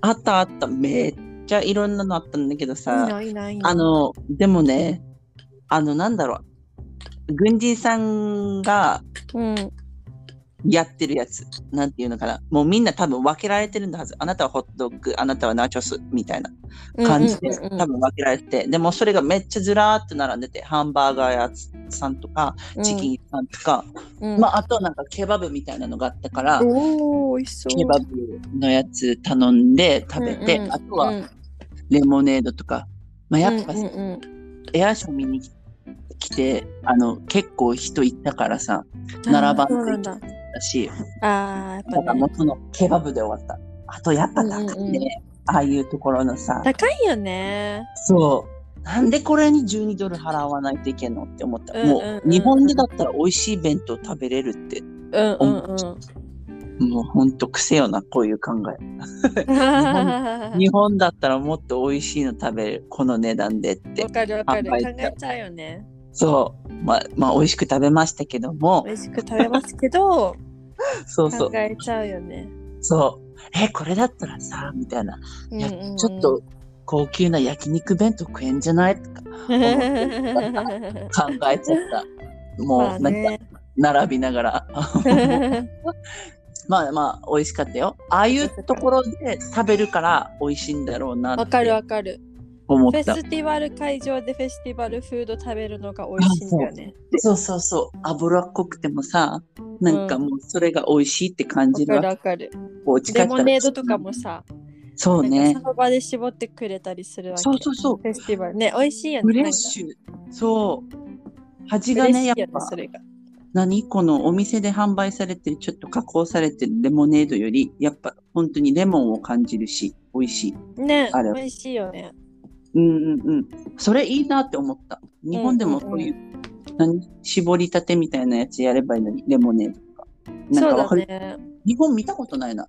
Speaker 2: あったあった。めっちゃいろんなのあったんだけど
Speaker 1: いい
Speaker 2: さ。
Speaker 1: な、いいな、いいな。
Speaker 2: あの、でもね、あの、なんだろう。軍人さんが
Speaker 1: うん、
Speaker 2: やってるやつ。なんていうのかな。もうみんな多分分けられてるんだはず。あなたはホットドッグ、あなたはナチョスみたいな感じで、
Speaker 1: うんうんうんうん
Speaker 2: 多分分けられてて。でもそれがめっちゃずらーっと並んでて、ハンバーガー屋さんとか、チキンさんとか、
Speaker 1: うん、うん
Speaker 2: まあ、あとなんかケバブみたいなのがあったから、
Speaker 1: おお、美味しそう。
Speaker 2: ケバブのやつ頼んで食べて、
Speaker 1: うんうん
Speaker 2: あと
Speaker 1: う
Speaker 2: は
Speaker 1: ん
Speaker 2: レモネードとか、まあ、やっぱさ、
Speaker 1: うんうん
Speaker 2: エアショー見に来てあの結構人いったからさ
Speaker 1: うん
Speaker 2: 並ばんと
Speaker 1: あーそうなんだ。
Speaker 2: だし
Speaker 1: ああ、やっ
Speaker 2: だか
Speaker 1: ぱ
Speaker 2: ら
Speaker 1: ね
Speaker 2: もうそのケバブで終わったあとやっぱ高いね、
Speaker 1: うんうんうん
Speaker 2: ああいうところのさ
Speaker 1: 高いよね。
Speaker 2: そうなんでこれに12ドル払わないといけんのって思った、
Speaker 1: うんうんうん
Speaker 2: もう日本でだったら美味しい弁当食べれるって
Speaker 1: うんうんうん。
Speaker 2: もうほんと癖よなこういう考え日
Speaker 1: わ
Speaker 2: 本だったらもっと美味しいの食べるこの値段でって
Speaker 1: か *laughs* るわかる。考
Speaker 2: 販売
Speaker 1: えちゃうよね。
Speaker 2: そうまあまあ美味しく食べましたけども
Speaker 1: 美味しく食べますけど、
Speaker 2: そう
Speaker 1: 考
Speaker 2: そう
Speaker 1: えちゃうよね。
Speaker 2: そうえこれだったらさみたいな、
Speaker 1: うんうんうん
Speaker 2: やちょっと高級な焼肉弁当食えんじゃないとか考えちゃったもう
Speaker 1: *laughs* まあ
Speaker 2: なんか *laughs*
Speaker 1: ね。
Speaker 2: 並びながらまあまあ美味しかったよああいうところで食べるから美味しいんだろうな
Speaker 1: *laughs* わ
Speaker 2: っ
Speaker 1: かる
Speaker 2: て
Speaker 1: わかる。
Speaker 2: 思っ
Speaker 1: フェ
Speaker 2: た
Speaker 1: スティバル会場でフェスティバルフード食べるのが美味しいんだよね。
Speaker 2: そうそうそう脂っこくてもさなんかもうそれが美味しいって感
Speaker 1: わ
Speaker 2: じ
Speaker 1: か
Speaker 2: るわ
Speaker 1: る
Speaker 2: け
Speaker 1: わかる。
Speaker 2: こう近
Speaker 1: レ
Speaker 2: くから
Speaker 1: モネードとかもさ、
Speaker 2: そう
Speaker 1: なん
Speaker 2: ね
Speaker 1: かその場で絞ってくれたりするわけ。
Speaker 2: そうそうそう
Speaker 1: フェスティバルね、美味しいよね。
Speaker 2: フレッシュそう味
Speaker 1: な
Speaker 2: が
Speaker 1: んか嬉
Speaker 2: ね
Speaker 1: しい
Speaker 2: や
Speaker 1: よ
Speaker 2: っぱ
Speaker 1: それが。
Speaker 2: 何このお店で販売されてるちょっと加工されてるレモネードよりやっぱ本当にレモンを感じるし美味しい
Speaker 1: ね
Speaker 2: あれ、
Speaker 1: 美味しいよね。
Speaker 2: うんうんうんそれいいなって思った日本でもそういう,、何絞りたてみたいなやつやればいいのにレモネードとか
Speaker 1: そ
Speaker 2: なんか
Speaker 1: う
Speaker 2: わ
Speaker 1: だ
Speaker 2: かる、
Speaker 1: ね。
Speaker 2: 日本見たことないな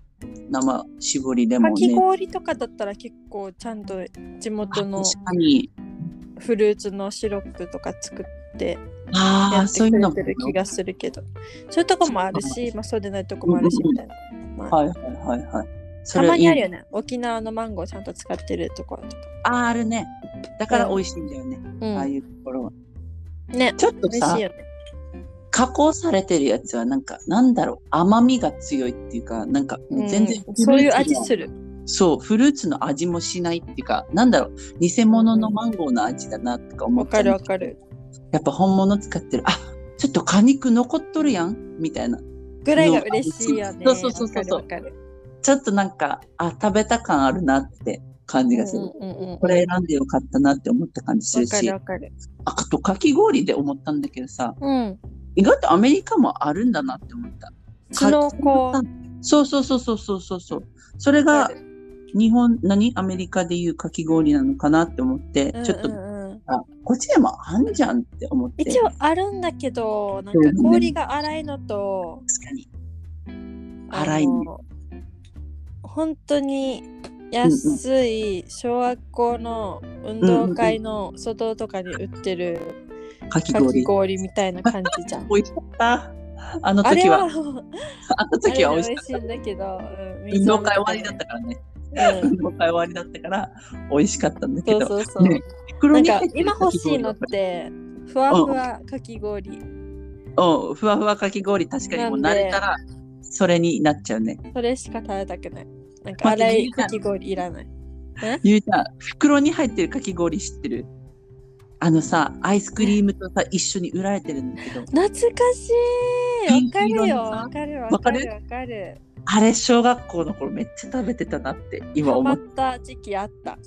Speaker 2: 生絞りレモ
Speaker 1: か
Speaker 2: ン
Speaker 1: き
Speaker 2: ね
Speaker 1: 氷とかだったら結構ちゃんと地元の
Speaker 2: 確かに
Speaker 1: フルーツのシロップとか作ってや
Speaker 2: ああ
Speaker 1: って
Speaker 2: そ
Speaker 1: く
Speaker 2: ういう
Speaker 1: れ
Speaker 2: の
Speaker 1: てる気がするけど、そういうとこもあるし、まあそうでないとこもあるし
Speaker 2: うんうん
Speaker 1: みたいな。まあ、
Speaker 2: はいはいはいはいそ
Speaker 1: た
Speaker 2: れ
Speaker 1: ま
Speaker 2: はいい
Speaker 1: にあるよね。沖縄のマンゴーちゃんと使ってるところとか。
Speaker 2: あーあるねだから美味しいんだよね、
Speaker 1: う
Speaker 2: ああ
Speaker 1: ん。
Speaker 2: いうところは
Speaker 1: ね、
Speaker 2: ちょっと
Speaker 1: 美味
Speaker 2: さ
Speaker 1: しいよね。
Speaker 2: 加工されてるやつはなんかなんだろう甘みが強いっていうかなんか
Speaker 1: うん
Speaker 2: 全然、
Speaker 1: そういう味す
Speaker 2: る
Speaker 1: る。
Speaker 2: そうフルーツの味もしないっていうかなんだろう偽物のマンゴーの味だなとか思
Speaker 1: わ
Speaker 2: っちゃ
Speaker 1: か
Speaker 2: う
Speaker 1: るわかる。
Speaker 2: やっぱ本物使ってるあちょっと果肉残っとるやんみたいな
Speaker 1: ぐらいが嬉しいよね。
Speaker 2: そうそうそうそうそう
Speaker 1: わかるわかる
Speaker 2: ちょっとなんかあ食べた感あるなって感じがする、
Speaker 1: うんうんうんうん
Speaker 2: これ選んでよかったなって思った感じする
Speaker 1: わかる
Speaker 2: し
Speaker 1: わかる。
Speaker 2: あとかき氷で思ったんだけどさ
Speaker 1: うん。
Speaker 2: 意外とアメリカもあるんだなって思った
Speaker 1: スノーコーン。
Speaker 2: そうそうそうそうそうそうそうそれが日本何アメリカでいうかき氷なのかなって思って、ちょっと
Speaker 1: うんうんうん
Speaker 2: あこっちでもあんじゃんって思って
Speaker 1: 一応あるんだけどなん
Speaker 2: そう
Speaker 1: か
Speaker 2: ね
Speaker 1: 氷が荒いのと
Speaker 2: 確かに荒い
Speaker 1: あ
Speaker 2: ね
Speaker 1: の本当に安い小学校の運動会の外とかに売ってる
Speaker 2: かき
Speaker 1: かき
Speaker 2: 氷
Speaker 1: 氷みたいな感じじゃん。
Speaker 2: 美味しかったあの
Speaker 1: あれ
Speaker 2: 時は
Speaker 1: は
Speaker 2: あの時は美味し
Speaker 1: あれは美味し
Speaker 2: かっ
Speaker 1: いんだけど、うん
Speaker 2: た運動会終わりだったからね、
Speaker 1: うん
Speaker 2: 運動会終わりだったから美味しかったんだけ
Speaker 1: そ
Speaker 2: ど
Speaker 1: うそうそう。
Speaker 2: *laughs*
Speaker 1: な
Speaker 2: ね袋
Speaker 1: ん
Speaker 2: に
Speaker 1: か
Speaker 2: 入ってる
Speaker 1: 今
Speaker 2: か
Speaker 1: 欲
Speaker 2: き
Speaker 1: しい
Speaker 2: 氷
Speaker 1: の
Speaker 2: は
Speaker 1: ってふわふわかき氷。
Speaker 2: うんふわふわかき氷確かにもう
Speaker 1: なん
Speaker 2: 慣
Speaker 1: で
Speaker 2: れたらそれになっちゃうね
Speaker 1: それしか食べたくない。なんか荒いかき氷いらない。
Speaker 2: ゆうちゃん袋に入ってるかき氷知ってるあのさアイスクリームとさ一緒に売られてるんだけど
Speaker 1: 懐かしいわかるよわ
Speaker 2: ピ
Speaker 1: かるわ
Speaker 2: わ
Speaker 1: か
Speaker 2: か
Speaker 1: る
Speaker 2: る
Speaker 1: わかる
Speaker 2: あれ小学校の頃めっちゃ食べてたなって今
Speaker 1: ハ
Speaker 2: 思
Speaker 1: マ
Speaker 2: っ
Speaker 1: った時期あった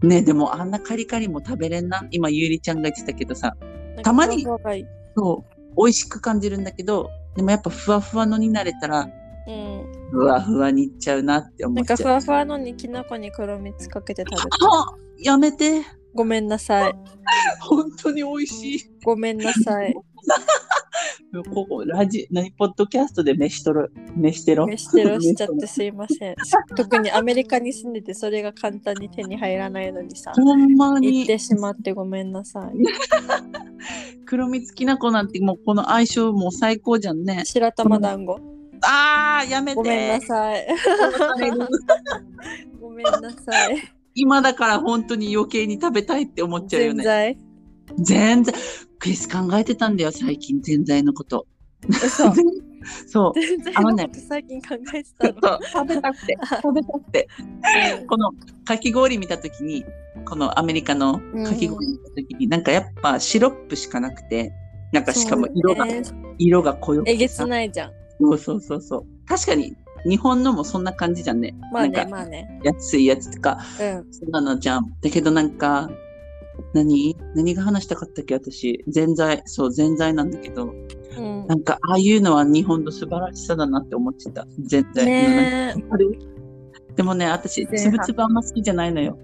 Speaker 2: てねでもあんなカリカリも食べれんな今ゆりちゃんが言ってたけどさ
Speaker 1: なんか
Speaker 2: たまに
Speaker 1: 情報がいい
Speaker 2: そう美味しく感じるんだけどでもやっぱふわふわのになれたら
Speaker 1: うん、
Speaker 2: ふわふわにいっちゃうなって思
Speaker 1: な
Speaker 2: っ
Speaker 1: んか
Speaker 2: ち
Speaker 1: ふ
Speaker 2: ゃう
Speaker 1: わふわのにきな粉に黒蜜かけて食べた
Speaker 2: あやめて
Speaker 1: ごめんなさい
Speaker 2: 本当に美味しい
Speaker 1: ごめんなさい
Speaker 2: ここ、ラジ、何、ポッドキャストで飯とろ、飯してろ。
Speaker 1: 飯テロしちゃってすいません。特にアメリカに住んでてそれが簡単に手に入らないのにさ。
Speaker 2: *laughs* ほんま
Speaker 1: 行っ
Speaker 2: に
Speaker 1: て、しまってごめんなさ
Speaker 2: 黒蜜きな粉なんてもうこの相性もう最高じゃんね
Speaker 1: い。。白玉団子。
Speaker 2: あー、やめて。
Speaker 1: ごめんなさ
Speaker 2: *laughs*
Speaker 1: い。ごめんなさい。
Speaker 2: 今だから本当に余計に食べたいって思っちゃうよ
Speaker 1: 全
Speaker 2: ね。
Speaker 1: 在。
Speaker 2: 全然。クリス考えてたんだよ、最近、全在のこと。 *laughs*
Speaker 1: 嘘。
Speaker 2: そう。
Speaker 1: 全然
Speaker 2: あの
Speaker 1: の
Speaker 2: ね
Speaker 1: こと最近考えて
Speaker 2: ちょ
Speaker 1: た
Speaker 2: っ
Speaker 1: の。
Speaker 2: と食べたくて、食べたくて。このかき氷見たときに、このアメリカのかき氷見たときに、なんかやっぱシロップしかなくて、なんかしかも色が、
Speaker 1: そうね
Speaker 2: 色が濃よく
Speaker 1: え
Speaker 2: て
Speaker 1: げ
Speaker 2: さ
Speaker 1: つないじゃん。
Speaker 2: そうそうそうそう。確かに日本のもそんな感じじゃんね。
Speaker 1: まあね、
Speaker 2: なんか
Speaker 1: まあね。
Speaker 2: 安いやつとか、
Speaker 1: うん。
Speaker 2: そんなのじゃん。だけどなんか、何何が話したかったっけ私。全在、そう、全在なんだけど、
Speaker 1: うん
Speaker 2: な、んかああいうのは日本の素晴らしさだなって思ってた。全在。
Speaker 1: ねえ。
Speaker 2: でもね、私、
Speaker 1: 前
Speaker 2: つ
Speaker 1: 半
Speaker 2: ぶつぶあんま好きじゃないのよ。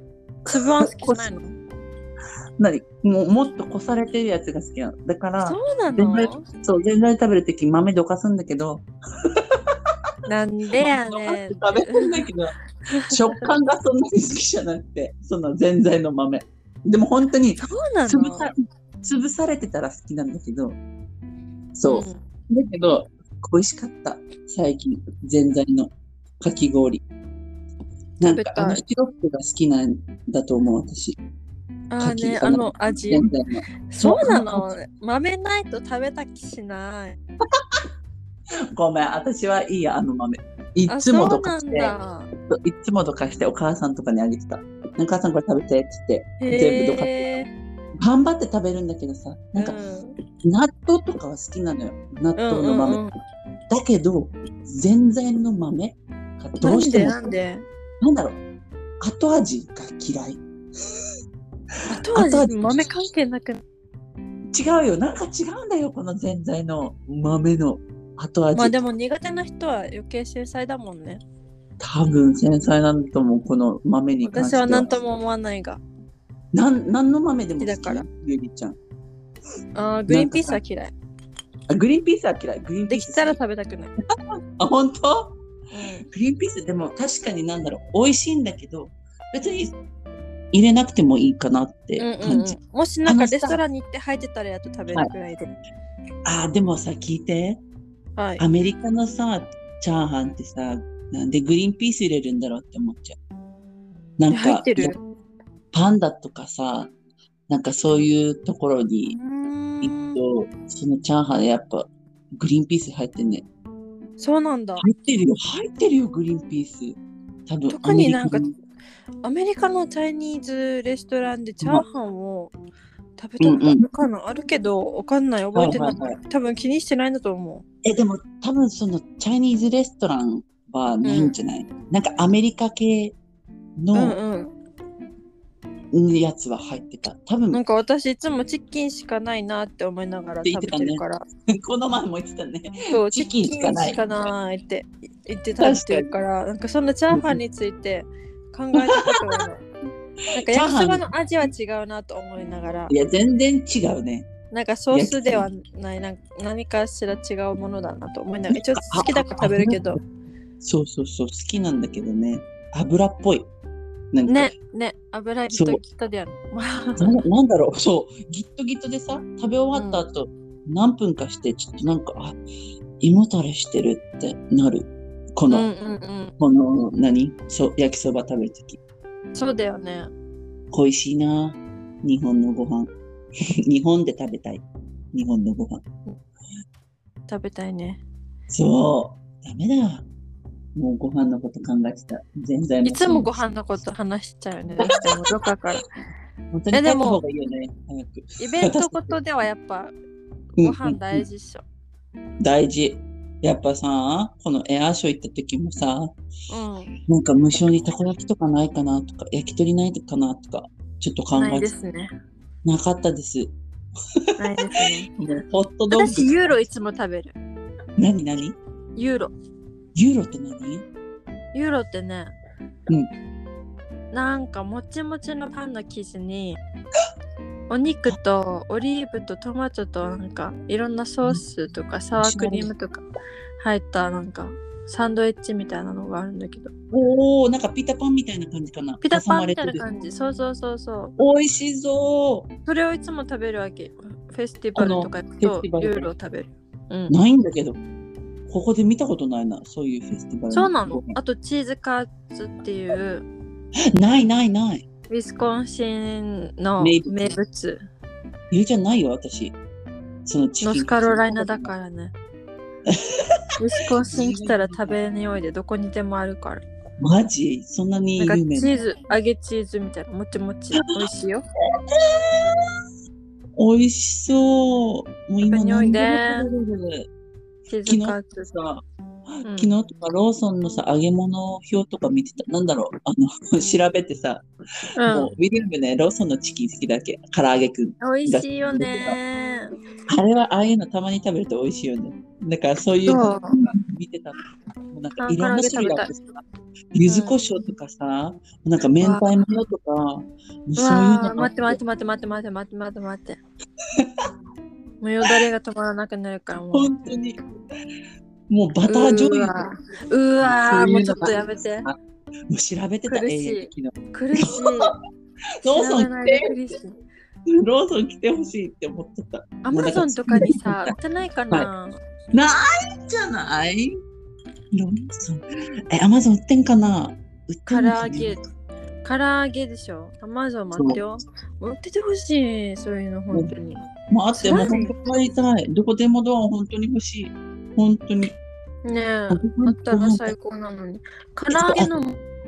Speaker 1: つぶあん好きじゃないの
Speaker 2: なにもうもっとこされてるやつが好きなの。だから、
Speaker 1: そうな
Speaker 2: 全然
Speaker 1: の
Speaker 2: そう、全然食べるとき豆どかすんだけど、
Speaker 1: なんでやねん。
Speaker 2: 食べるんだけ
Speaker 1: *laughs*
Speaker 2: ど、食感がそんなに好きじゃなくて、その全在の豆。でも本当に
Speaker 1: そうな
Speaker 2: 潰
Speaker 1: の
Speaker 2: さ潰されてたら好きなんだけど、そう。
Speaker 1: ん
Speaker 2: だけど、美味しかった。最近、全在のかき氷。なん
Speaker 1: 食べ
Speaker 2: か
Speaker 1: たい
Speaker 2: あのシロップが好きなんだと思う、私。
Speaker 1: あー
Speaker 2: 牡
Speaker 1: ね、
Speaker 2: 蠣
Speaker 1: あの味。
Speaker 2: 全在の。
Speaker 1: そうなの豆ないと食べた気しない。
Speaker 2: ごめん、私はいいや、あの豆。い
Speaker 1: あ、
Speaker 2: つ
Speaker 1: そ
Speaker 2: も
Speaker 1: う
Speaker 2: ど
Speaker 1: な
Speaker 2: か
Speaker 1: ん
Speaker 2: して、
Speaker 1: だ。
Speaker 2: そういつもどかしてお母さんとかにあげてた。お母さんこれ食べてって言って、全部どかして
Speaker 1: へえ。
Speaker 2: た。頑張って食べるんだけどさ、なんか、納豆とかは好きなのよ。納豆の豆。
Speaker 1: うんうんうん
Speaker 2: だけど、全然の豆がどうしても、
Speaker 1: な
Speaker 2: なん
Speaker 1: で
Speaker 2: んだろう、後味が嫌
Speaker 1: な
Speaker 2: い。
Speaker 1: んで後味に豆関係なくない
Speaker 2: 違うよ、なんか違うんだよ、この全在の豆の後味。
Speaker 1: まあでも苦手な人は余計繊細だもんね。
Speaker 2: 多分繊細なんだと思う、この豆に関し
Speaker 1: 私
Speaker 2: ては。
Speaker 1: は何とも思わないが。
Speaker 2: なん何の豆でも好き
Speaker 1: 好きだから
Speaker 2: ゆりちゃん。
Speaker 1: あーグリーンピースは嫌い。
Speaker 2: あグリーンピースは嫌い。グリーンピ
Speaker 1: で
Speaker 2: ー
Speaker 1: き
Speaker 2: ス。
Speaker 1: たら。食べたくない。
Speaker 2: あ、本当グリーンピースでも確かになんだろう、美味しいんだけど、別に入れなくてもいいかなって
Speaker 1: うんうんうん
Speaker 2: 感じ。
Speaker 1: もしなんかレストランに行って入ってたらやっと食べるくらいで。
Speaker 2: ああ、でもさ、聞いて。
Speaker 1: はい。
Speaker 2: アメリカのさ、チャーハンってさ、なんでグリーンピース入れるんだろうって思っちゃう。なん
Speaker 1: 入
Speaker 2: か
Speaker 1: って、る。
Speaker 2: パンダとかさ、なんかそういうところに行くと、そのチャーハンやっぱグリーンピース入ってんね。
Speaker 1: そうなんだ。
Speaker 2: 入ってるよ、入ってるよ、グリーンピース。多分
Speaker 1: 特になんか
Speaker 2: アメリカ
Speaker 1: ア
Speaker 2: の
Speaker 1: メリカのチャイニーズレストランでチャーハンを食べたことあるかな、あるけどわかんない覚えてない,、
Speaker 2: はいはいは
Speaker 1: 多分気にしてないんだと思
Speaker 2: え、でも多分そのチャイニーズレストランはないんじゃない、なんかアメリカ系
Speaker 1: う、うん
Speaker 2: の
Speaker 1: うん、
Speaker 2: やつは入ってた。多分
Speaker 1: なんか私いつもチキンしかないなって思いながら食べてるから
Speaker 2: この前も言ってたね。
Speaker 1: そう
Speaker 2: チキンしかない
Speaker 1: チキンしかないって言って食べてるからなんかそんなチャーハンについて考えたこと
Speaker 2: *laughs*
Speaker 1: はないなんか焼きそばの味は違うなと思いながら
Speaker 2: いや、全然違うね。
Speaker 1: なんかソースではないなんか何かしら違うものだなと思いながら一応好きだから食べるけど
Speaker 2: そうそうそう、好きなんだけどね。油っぽい。なんか
Speaker 1: ね、ね、油ギ
Speaker 2: そ
Speaker 1: ト
Speaker 2: う
Speaker 1: ギトである。
Speaker 2: ななんだろう、そう、ギットギットでさ、食べ終わった後、何分かして、ちょっとなんか、あ、胃もたれしてるってなる。こ
Speaker 1: うんう
Speaker 2: の、
Speaker 1: ん
Speaker 2: この、何そう、焼きそば食べるとき。
Speaker 1: うん。そうだよね。
Speaker 2: 恋しいな日本のご飯。 *laughs* 日本で食べたい。日本のご飯。
Speaker 1: 食べたいね。
Speaker 2: そう、ダメだ。もうご飯のこと考えてた。全然
Speaker 1: いつもご飯のこと話しちゃうよね。どうしてもどっかから。
Speaker 2: 本当に
Speaker 1: え
Speaker 2: 帰
Speaker 1: で
Speaker 2: った
Speaker 1: も
Speaker 2: 方がいいよね。早く。
Speaker 1: イベントごとではやっぱ
Speaker 2: うん
Speaker 1: ご飯大
Speaker 2: うん
Speaker 1: 事っしょ。
Speaker 2: うん大事。やっぱさ、このエアーショー行った時もさ、
Speaker 1: うん。
Speaker 2: なんか無償にたこ焼きとかないかなとか、焼き鳥ないかなとか、ちょっと考
Speaker 1: ないで
Speaker 2: えて
Speaker 1: すね。
Speaker 2: なかったです。
Speaker 1: ないですね。
Speaker 2: もうホットドッ
Speaker 1: 私
Speaker 2: グ。
Speaker 1: ユーロいつも食べる。
Speaker 2: 何何
Speaker 1: ユーロ。
Speaker 2: ユーロって何
Speaker 1: ユーロってね。
Speaker 2: うん
Speaker 1: なんかもちもちのパンの生地にお肉とオリーブとトマトとなんかいろんなソースとかサワークリームとか入ったなんかサンドイッチみたいなのがあるんだけど
Speaker 2: おお、なんかピタパンみたいな感じかな。
Speaker 1: ピタパンみたい
Speaker 2: 挟ま
Speaker 1: な
Speaker 2: れてる
Speaker 1: 感じそうそうそうそう
Speaker 2: 美味しそう。
Speaker 1: それをいつも食べるわけフェスティバルとか行く
Speaker 2: あのフェ
Speaker 1: と
Speaker 2: スティバル
Speaker 1: ユーロを食べる、うん、
Speaker 2: ないんだけど、ここで見たことないな、そういうフェスティバル。
Speaker 1: そうなのあとチーズカツっていう
Speaker 2: ないないない。
Speaker 1: ウィスコンシンの
Speaker 2: 名物
Speaker 1: 名物
Speaker 2: 家じゃないよ、私。そのチキン
Speaker 1: ノスカロライナだから
Speaker 2: *laughs*
Speaker 1: ねウィスコンシン来たら食べにおいでどこにでもあるから
Speaker 2: マジそんなに
Speaker 1: なんかチ
Speaker 2: 有名な
Speaker 1: ーズ揚げチーズみたいなもちもち美味しいよ
Speaker 2: 美味しそう。もう今
Speaker 1: 食べにおい
Speaker 2: 何
Speaker 1: で
Speaker 2: でも食べれる。
Speaker 1: チー
Speaker 2: 昨
Speaker 1: ズ
Speaker 2: 日
Speaker 1: カ
Speaker 2: とか
Speaker 1: ツ
Speaker 2: さ、
Speaker 1: うん
Speaker 2: 昨日とかローソンのさ、揚げ物表とか見てた。なんだろう、あの、調べてさ、もうウィリアムね、ローソンのチキン好きだっけ唐揚げくん。
Speaker 1: うん、美味しいよね
Speaker 2: あれはああいうのたまに食べると美味しいよね。だからそういう
Speaker 1: そう
Speaker 2: の見てたの。もうなんかいろんな種類があってさ、
Speaker 1: い
Speaker 2: 柚子胡椒とかさ、なんか明太マヨとか、もう
Speaker 1: う
Speaker 2: そう
Speaker 1: わ
Speaker 2: いう
Speaker 1: あ
Speaker 2: のがあ
Speaker 1: 待って待って待って待って待って待って待って待って
Speaker 2: *laughs*
Speaker 1: もうよだれが止まらなくなるからもう
Speaker 2: 本当に。もうバター醤
Speaker 1: う
Speaker 2: 油
Speaker 1: わーうわー
Speaker 2: そういうのが
Speaker 1: もうちょっとやめて
Speaker 2: もう調べてた
Speaker 1: 苦しい
Speaker 2: 永遠に昨
Speaker 1: 苦しい
Speaker 2: 日ローソ
Speaker 1: 調べな
Speaker 2: ン来
Speaker 1: いで苦
Speaker 2: て、
Speaker 1: しい
Speaker 2: ローソン来てほしいって思ってた。
Speaker 1: アマゾンとかにさ売ってないかな、
Speaker 2: ないんじゃないローソン。え、アマゾン売ってんかな売って
Speaker 1: 唐
Speaker 2: んのかな
Speaker 1: 揚げ唐揚げでしょアマゾン待ってよ売っててほしいそういうの本当に
Speaker 2: まあ、あって、
Speaker 1: 辛
Speaker 2: ま
Speaker 1: い
Speaker 2: た買いたい。どこでもドア本当に欲しい。本当に。
Speaker 1: ねえあったら最高なのに唐揚げの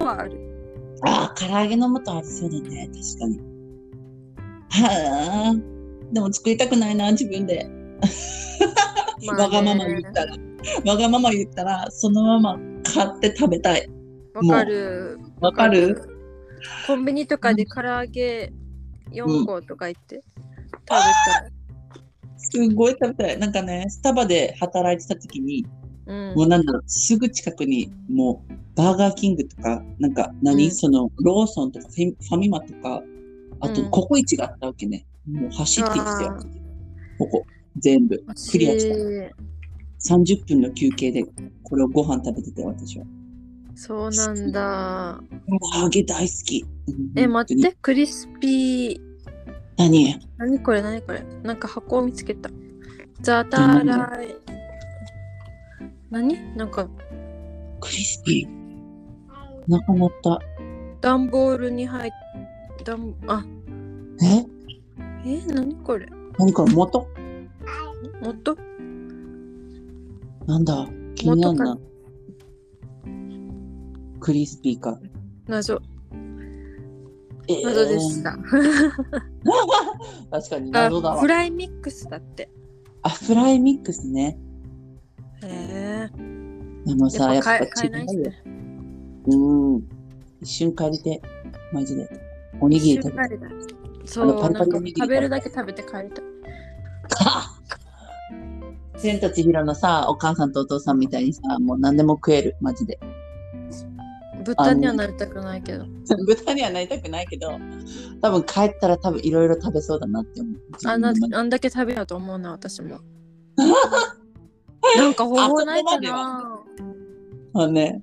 Speaker 1: はある
Speaker 2: ああ、唐揚げの素ありそうだね。確かに。はあ。でも作りたくないな、自分で。
Speaker 1: まあね
Speaker 2: わがまま言ったら。わがまま言ったら、そのまま買って食べたい。
Speaker 1: わかる
Speaker 2: わかる
Speaker 1: コンビニとかで唐揚げ4個とか言って、食べたら
Speaker 2: すごい食べたい。なんかね、スタバで働いてた時に、
Speaker 1: うん
Speaker 2: もうなんだろう、すぐ近くに、もう、バーガーキングとか、なんか何、
Speaker 1: うん
Speaker 2: その、ローソンとかフェ、ファミマとか、あと
Speaker 1: う、ん
Speaker 2: ココイチがあったわけね。もう走ってきて
Speaker 1: あ
Speaker 2: よ
Speaker 1: ー。
Speaker 2: ここ、全部。
Speaker 1: 欲し
Speaker 2: クリアし
Speaker 1: い
Speaker 2: 30分の休憩で、これをご飯食べてて、私は。
Speaker 1: そうなんだ
Speaker 2: 唐揚げ大好き。
Speaker 1: え
Speaker 2: うん
Speaker 1: 待っ。てクリスピー
Speaker 2: 本当に何
Speaker 1: 何これ何これなんか箱を見つけた。ザタライ。何なんか
Speaker 2: クリスピー。なくなった。
Speaker 1: 段ボールに入っ段あ
Speaker 2: え
Speaker 1: え何これ
Speaker 2: 何これ元
Speaker 1: 元
Speaker 2: なんだ気になる
Speaker 1: 元
Speaker 2: な。クリスピーか。
Speaker 1: 謎
Speaker 2: えー
Speaker 1: 謎でした。
Speaker 2: 確かに
Speaker 1: あ
Speaker 2: 謎だわ
Speaker 1: フ。ライミックスだって。
Speaker 2: あ、フライミックスね。
Speaker 1: へえ。
Speaker 2: でもさ、
Speaker 1: や
Speaker 2: や
Speaker 1: っ
Speaker 2: っ
Speaker 1: ぱ
Speaker 2: ぱ
Speaker 1: 買え買えない
Speaker 2: 違
Speaker 1: う
Speaker 2: よ。うん。一瞬借りて、マジで。おにぎり
Speaker 1: 一
Speaker 2: 食
Speaker 1: 瞬
Speaker 2: べ
Speaker 1: 帰り
Speaker 2: て。
Speaker 1: だそ
Speaker 2: あの
Speaker 1: う
Speaker 2: パリ
Speaker 1: な
Speaker 2: パリの
Speaker 1: んか
Speaker 2: 握り
Speaker 1: 食べるだけ食べて帰りたい。
Speaker 2: *laughs* 千と千尋のさ、お母さんとお父さんみたいにさ、もう何でも食える、マジで。 *laughs*
Speaker 1: 豚にはなりたくないけど。
Speaker 2: 豚にはなりたくないけど、多分帰ったら多分いろいろ食べそうだなって思う。
Speaker 1: あんなあんだけ食べようと思うな私
Speaker 2: *laughs*
Speaker 1: も。なんか方法ないか
Speaker 2: あそこ
Speaker 1: な。
Speaker 2: まあね。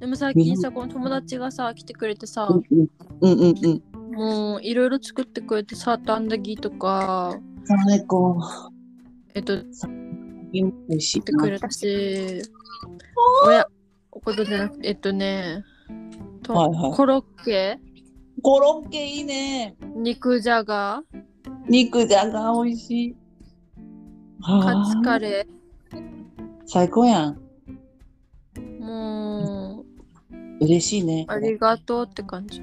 Speaker 1: でも最近さ、この友達がさ、来てくれてさ、
Speaker 2: うんうんうんうんうん。
Speaker 1: もういろいろ作ってくれて、サーターアンダギーとか、
Speaker 2: 最高。
Speaker 1: えっと、
Speaker 2: 美味し
Speaker 1: 作
Speaker 2: い
Speaker 1: ってくれたし、親、おことじゃなくて、えっとね、と
Speaker 2: はいはい
Speaker 1: コロッケ、
Speaker 2: コロッケいいね。
Speaker 1: 肉じゃが、
Speaker 2: 肉じゃが美味しい。
Speaker 1: カツカ
Speaker 2: レー。
Speaker 1: レ
Speaker 2: 最高やん。
Speaker 1: ー、もう、
Speaker 2: 嬉しいね。
Speaker 1: ありがとうって感じ。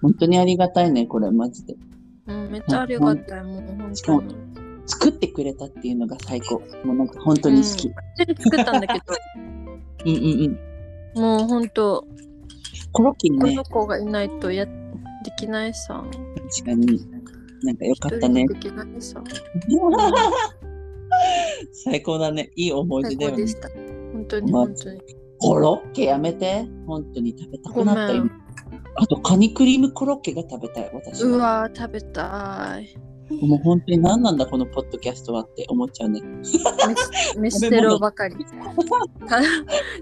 Speaker 2: 本当にありがたいね、これ、マジで。
Speaker 1: うん、めっちゃありがたい、もう、本
Speaker 2: しか
Speaker 1: 当
Speaker 2: も
Speaker 1: に。
Speaker 2: 作ってくれたっていうのが最高。もうなんか本当に好き。
Speaker 1: 一緒に作ったんだけ
Speaker 2: うん、うん、うんうん。
Speaker 1: ど、もう本当、
Speaker 2: コロッケに
Speaker 1: こ
Speaker 2: ね
Speaker 1: の、子がいないとやできないさ。
Speaker 2: 確かに、なんか良かった
Speaker 1: *laughs*
Speaker 2: ね
Speaker 1: 一人。でできないさ。
Speaker 2: 最高だね。いい思い
Speaker 1: 最
Speaker 2: 出
Speaker 1: 高
Speaker 2: だよ
Speaker 1: で
Speaker 2: ね
Speaker 1: し。た。本当に
Speaker 2: まあ
Speaker 1: 本当に。
Speaker 2: コロッケやめて。本当に食べたくなった
Speaker 1: ごめん
Speaker 2: 今。あと、カニクリームコロッケが食べたい、私
Speaker 1: う
Speaker 2: は。 *laughs*
Speaker 1: わー食べたい。
Speaker 2: もう本当に何なんだこのポッドキャストはって思っちゃうね。
Speaker 1: 飯テロばかり。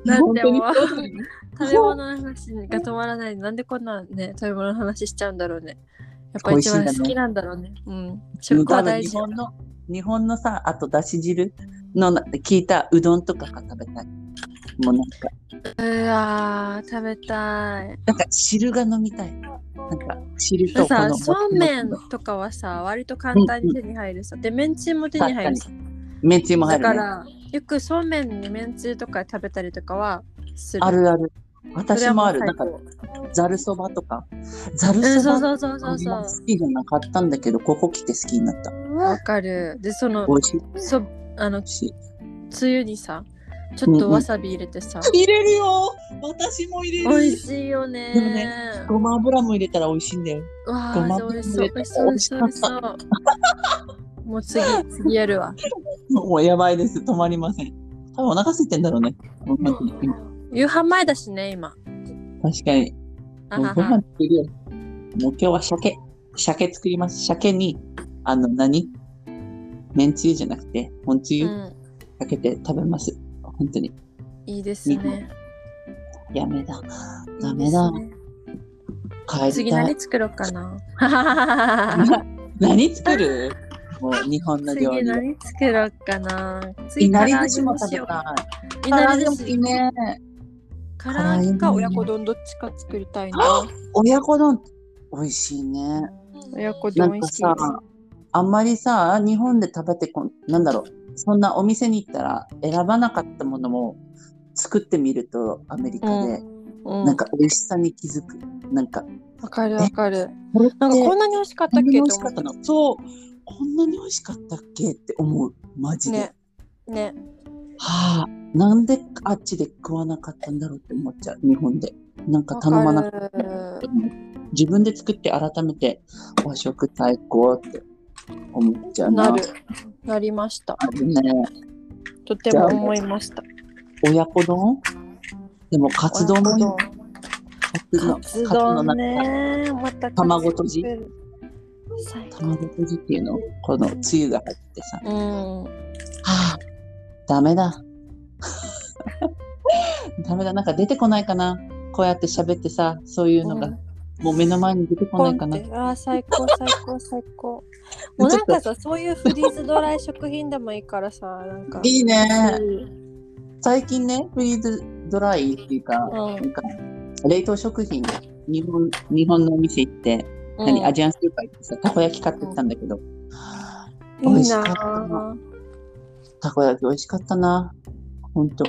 Speaker 1: なんでも
Speaker 2: 本当に
Speaker 1: 食べ物の話が止まらない。なんでこんなね、食べ物の話しちゃうんだろうね。やっぱ一番好きなんだろうね。うん。食は大事
Speaker 2: 多分日本の日本のさ、あとだし汁のな効いたうどんとかが食べたい。もうなんか、
Speaker 1: うわー、食べたい。
Speaker 2: なんか汁が飲みたい。なんか汁とこ
Speaker 1: さ、
Speaker 2: の
Speaker 1: そうめんとかはさ、割と簡単に手に入るさ。で、めんつゆも手に入るさ。
Speaker 2: めんつゆも入
Speaker 1: だ
Speaker 2: る、
Speaker 1: か
Speaker 2: ね。
Speaker 1: ら、よくそうめんにめんつゆとか食べたりとかはする。
Speaker 2: あるある。
Speaker 1: それ
Speaker 2: 私
Speaker 1: は
Speaker 2: も
Speaker 1: う
Speaker 2: ある。
Speaker 1: 最
Speaker 2: なんか
Speaker 1: 高、
Speaker 2: ざるそばとか。ざる
Speaker 1: うん、
Speaker 2: そ
Speaker 1: そう
Speaker 2: ば
Speaker 1: そうそうそう
Speaker 2: あんま
Speaker 1: そ
Speaker 2: 好きじゃなかったんだけど、ここ来て好きになった。
Speaker 1: う。わかる。で、その
Speaker 2: 美、味し
Speaker 1: そあの
Speaker 2: い、し。
Speaker 1: つゆにさ、ちょっとわさび入れてさ、
Speaker 2: 入れるよ私も入
Speaker 1: 美味しいよね
Speaker 2: でもねごま油も入れたら美味しいんだよ。
Speaker 1: わ
Speaker 2: ごま
Speaker 1: あ、
Speaker 2: 油
Speaker 1: 美味しそう、美味しそう、美味しそう、美味しそう。もう次、次やるわ。
Speaker 2: *laughs* もうやばいです。止まりません。多分お腹空いてんだろうね。本当に今
Speaker 1: 夕飯前だしね、今。
Speaker 2: 確かに。
Speaker 1: あ
Speaker 2: もう
Speaker 1: は
Speaker 2: *laughs* ご飯
Speaker 1: は
Speaker 2: 作るよ。もう今日は鮭。鮭作ります。鮭に、あの何、めんつゆじゃなくて、ほんつ
Speaker 1: う
Speaker 2: ゆ
Speaker 1: ん、
Speaker 2: かけて食べます。本当に。
Speaker 1: いいですね。
Speaker 2: やめだ。ダ
Speaker 1: い
Speaker 2: メ
Speaker 1: いで
Speaker 2: だ
Speaker 1: す。ね
Speaker 2: 帰り
Speaker 1: 次
Speaker 2: たい。
Speaker 1: 何作ろうか
Speaker 2: *laughs*
Speaker 1: な。
Speaker 2: 何作るもう日本の料
Speaker 1: *laughs* 次
Speaker 2: 理。
Speaker 1: 何作ろうかな。
Speaker 2: い
Speaker 1: 次
Speaker 2: な
Speaker 1: 唐
Speaker 2: り
Speaker 1: 揚
Speaker 2: 寿
Speaker 1: げ
Speaker 2: 司
Speaker 1: に
Speaker 2: も
Speaker 1: し
Speaker 2: 食べ
Speaker 1: よ
Speaker 2: た
Speaker 1: う。
Speaker 2: い。
Speaker 1: いな
Speaker 2: 唐
Speaker 1: り
Speaker 2: 揚
Speaker 1: 寿
Speaker 2: げもいい
Speaker 1: 司。
Speaker 2: ね。
Speaker 1: 唐揚げか親子丼どっちか作りたいな。
Speaker 2: 親子丼、美味しいね。
Speaker 1: 親子
Speaker 2: な
Speaker 1: 丼美
Speaker 2: んか
Speaker 1: 味しい。
Speaker 2: さ、あんまりさ、日本で食べてこん、なんだろう、そんなお店に行ったら選ばなかったものも作ってみると、アメリカで、
Speaker 1: うん
Speaker 2: なんか美味しさに気づく。なんか、
Speaker 1: わかるわかる。
Speaker 2: これって
Speaker 1: なんかこんなに美味しかっ
Speaker 2: こ
Speaker 1: たっ
Speaker 2: んなに
Speaker 1: け
Speaker 2: 美
Speaker 1: と
Speaker 2: 味し
Speaker 1: 思
Speaker 2: かっ
Speaker 1: った
Speaker 2: のそう、こんなに美味しかったっけって思う。マ
Speaker 1: た。
Speaker 2: ジで。
Speaker 1: ね。ね。
Speaker 2: はあ、なんであっちで食わなかったんだろうって思っちゃう、日本で。なんか頼まなく
Speaker 1: わかる
Speaker 2: て。自分で作って改めて和食最高って思っちゃうな。
Speaker 1: なる。なりました。
Speaker 2: あるね。
Speaker 1: とても思いました。
Speaker 2: 親子丼でもカツ丼もいい
Speaker 1: 親子丼
Speaker 2: カツの
Speaker 1: カツ
Speaker 2: カツの
Speaker 1: 丼
Speaker 2: 中
Speaker 1: ね。また
Speaker 2: 卵とじ
Speaker 1: 最高
Speaker 2: 卵とじっていうのこのつゆが入ってさ。
Speaker 1: うん。
Speaker 2: はあ、ダメだ。ダメだ。なんか出てこないかな。こうやって喋ってさ、そういうのが、
Speaker 1: うん
Speaker 2: もう目の前に出てこないかな
Speaker 1: ポンっ。てあー最高最高最
Speaker 2: *laughs*
Speaker 1: 高。もうなんかさそういうフリーズドライ食品でもいいからさなんか。
Speaker 2: いいね。
Speaker 1: うん
Speaker 2: 最近ね、フリーズドライっていうか、
Speaker 1: うん
Speaker 2: なんか冷凍食品、日本日本のお店行って、何アジアンスーパー行ってさ、たこ焼き買ってきたんだけど、美
Speaker 1: い
Speaker 2: 味
Speaker 1: い
Speaker 2: しか
Speaker 1: な
Speaker 2: った
Speaker 1: ぁ。
Speaker 2: たこ焼き美味しかったな。ほんと。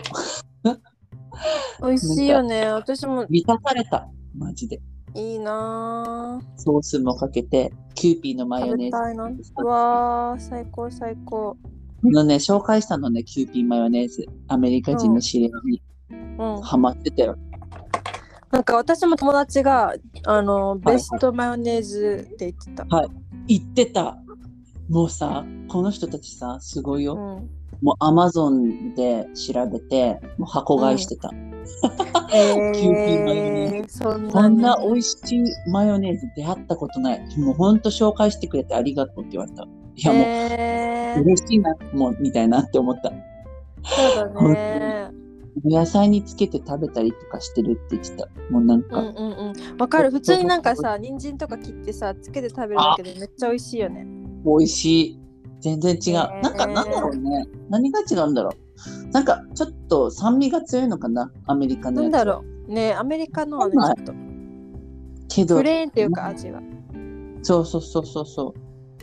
Speaker 1: 美味しいよね。私も
Speaker 2: 満たされた。マジで。
Speaker 1: いいなぁ。
Speaker 2: ソースもかけて、キューピーのマヨ
Speaker 1: 食
Speaker 2: ネ
Speaker 1: べたいな
Speaker 2: ーズ。。
Speaker 1: うわあ、最高最高。
Speaker 2: このね、紹介したのね、キューピーマヨネーズ。アメリカ人の知り合いに
Speaker 1: うん。
Speaker 2: ハマってたよ。
Speaker 1: なんか私も友達が、あの、ベストマヨネーズって言ってた。
Speaker 2: 行ってた。もうさ、この人たちさ、すごいよ。
Speaker 1: うん。
Speaker 2: もうアマゾンで調べて、もう箱買いしてた。キューピーマヨネ
Speaker 1: えー、そん
Speaker 2: こ
Speaker 1: なんに
Speaker 2: な美味しいマヨネーズ出会ったことない。もうほんと紹介してくれてありがとうって言われた。いやも
Speaker 1: え
Speaker 2: う
Speaker 1: ー、
Speaker 2: 嬉しいな、もうみたいなって思った。
Speaker 1: そうだね。
Speaker 2: 野菜につけて食べたりとかしてるって言ってた。もうなん
Speaker 1: う
Speaker 2: か、
Speaker 1: んうんうん。わかる。普通になんかさ、人参とか切ってさ、つけて食べるだけでめっちゃ美味しいよね。
Speaker 2: 美味しい。全然違う。
Speaker 1: ね
Speaker 2: なんかなんだろうね。何が違うんだろう。なんかちょっと酸味が強いのかな、アメリカ
Speaker 1: な
Speaker 2: のや
Speaker 1: ん
Speaker 2: つ。
Speaker 1: だろう。ねアメリカのはね、
Speaker 2: わか
Speaker 1: ちょっ
Speaker 2: け
Speaker 1: と
Speaker 2: ど
Speaker 1: プ、レーンっていうか味が。
Speaker 2: そうそうそうそうそう。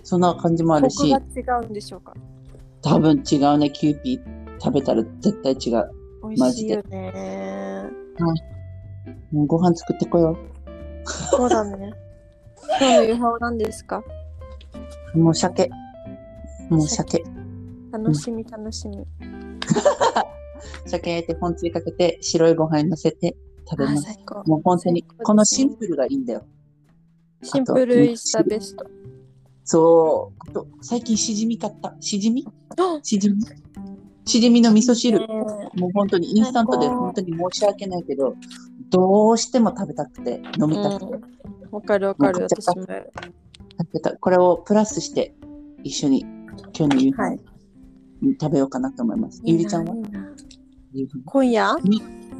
Speaker 2: そんな感じもある
Speaker 1: コ
Speaker 2: し、
Speaker 1: クが違うんでしょうか。
Speaker 2: 多分違うね、キューピー食べたら絶対違う。
Speaker 1: 美味しいよね。
Speaker 2: もうご飯作ってこよ
Speaker 1: そうだね。今日の夕飯は何ですか
Speaker 2: う。もう鮭。もう鮭。
Speaker 1: 楽しみ楽しみ。
Speaker 2: 鮭焼いて、本つゆかけて、白いご飯に乗せて食べ
Speaker 1: あー
Speaker 2: ます。
Speaker 1: 最高。
Speaker 2: もう本当に、
Speaker 1: 最高ですね
Speaker 2: このシンプルがいいんだよ。
Speaker 1: シンプルイスタベスト。
Speaker 2: そう。あと、最近しじみ買った。しじみ
Speaker 1: あ
Speaker 2: しじみしじみの味噌汁。
Speaker 1: ね
Speaker 2: もう本当にインスタントで
Speaker 1: 最高
Speaker 2: 本当に申し訳ないけど、どうしても食べたくて、飲みたくて、
Speaker 1: うんわかるわかる。
Speaker 2: なんか
Speaker 1: 私も。
Speaker 2: 食べた。これをプラスして、一緒に今日の夕飯、
Speaker 1: はい
Speaker 2: 食べようかなと思います。ゆりちゃんはい
Speaker 1: いな
Speaker 2: 夕飯
Speaker 1: 今夜
Speaker 2: う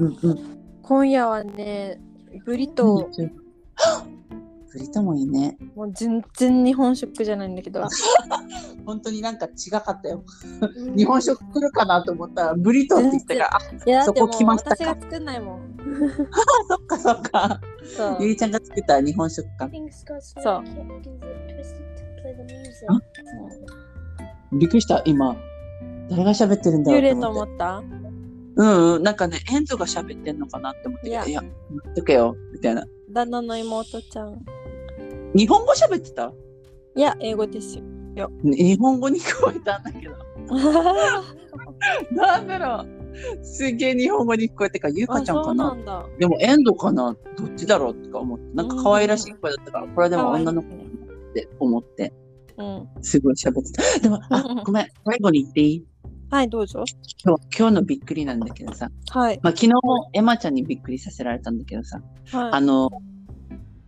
Speaker 2: んうん。
Speaker 1: 今夜はね、ブリト
Speaker 2: 何はっブリトーもいいね。
Speaker 1: ー、もう全然日本食じゃないんだけど。
Speaker 2: 本当になんか違かったよ。日本食来るかなと思ったら、ブリトーってきたから、あ、
Speaker 1: いや、だってもう
Speaker 2: そこ来ましたか
Speaker 1: 私が作んないもん。
Speaker 2: そっかそっか。
Speaker 1: そう
Speaker 2: ゆ。りちゃんが作った日本食か。
Speaker 1: So.
Speaker 3: So. music.
Speaker 2: Huh? びっくりした、今。誰が喋ってるんだろ
Speaker 1: 幽
Speaker 2: う
Speaker 1: 霊
Speaker 2: と
Speaker 1: と
Speaker 2: 思
Speaker 1: 思
Speaker 2: って。
Speaker 1: った
Speaker 2: うんうん。なんかね、エンゾが喋ってんのかなって思って、
Speaker 1: い
Speaker 2: いや、
Speaker 1: や
Speaker 2: いや、待っとけよ、みたいな。
Speaker 1: 旦那の妹ちゃん。
Speaker 2: 日本語喋ってた
Speaker 1: いや、英語ですよ。
Speaker 2: 日本語に聞こえたんだけど。 *laughs* なんだろう。すげえ日本語に聞こえてから、ゆうか
Speaker 1: あ、
Speaker 2: ちゃん
Speaker 1: そ
Speaker 2: か
Speaker 1: うな
Speaker 2: な。
Speaker 1: んだ。
Speaker 2: でも、エンドかなどっちだろうとか思って、なんか可愛らしい声だったから、これはでも女の子
Speaker 1: 可愛いね
Speaker 2: って思って、
Speaker 1: うん。
Speaker 2: すごい喋ってた。でも、
Speaker 1: *laughs*
Speaker 2: あ、ごめん、最後に言っていい
Speaker 1: はい、どうぞ。
Speaker 2: 今日今日のびっくりなんだけどさ、
Speaker 1: はい。
Speaker 2: まあ、昨日もエマちゃんにびっくりさせられたんだけどさ、あ
Speaker 1: は
Speaker 2: の、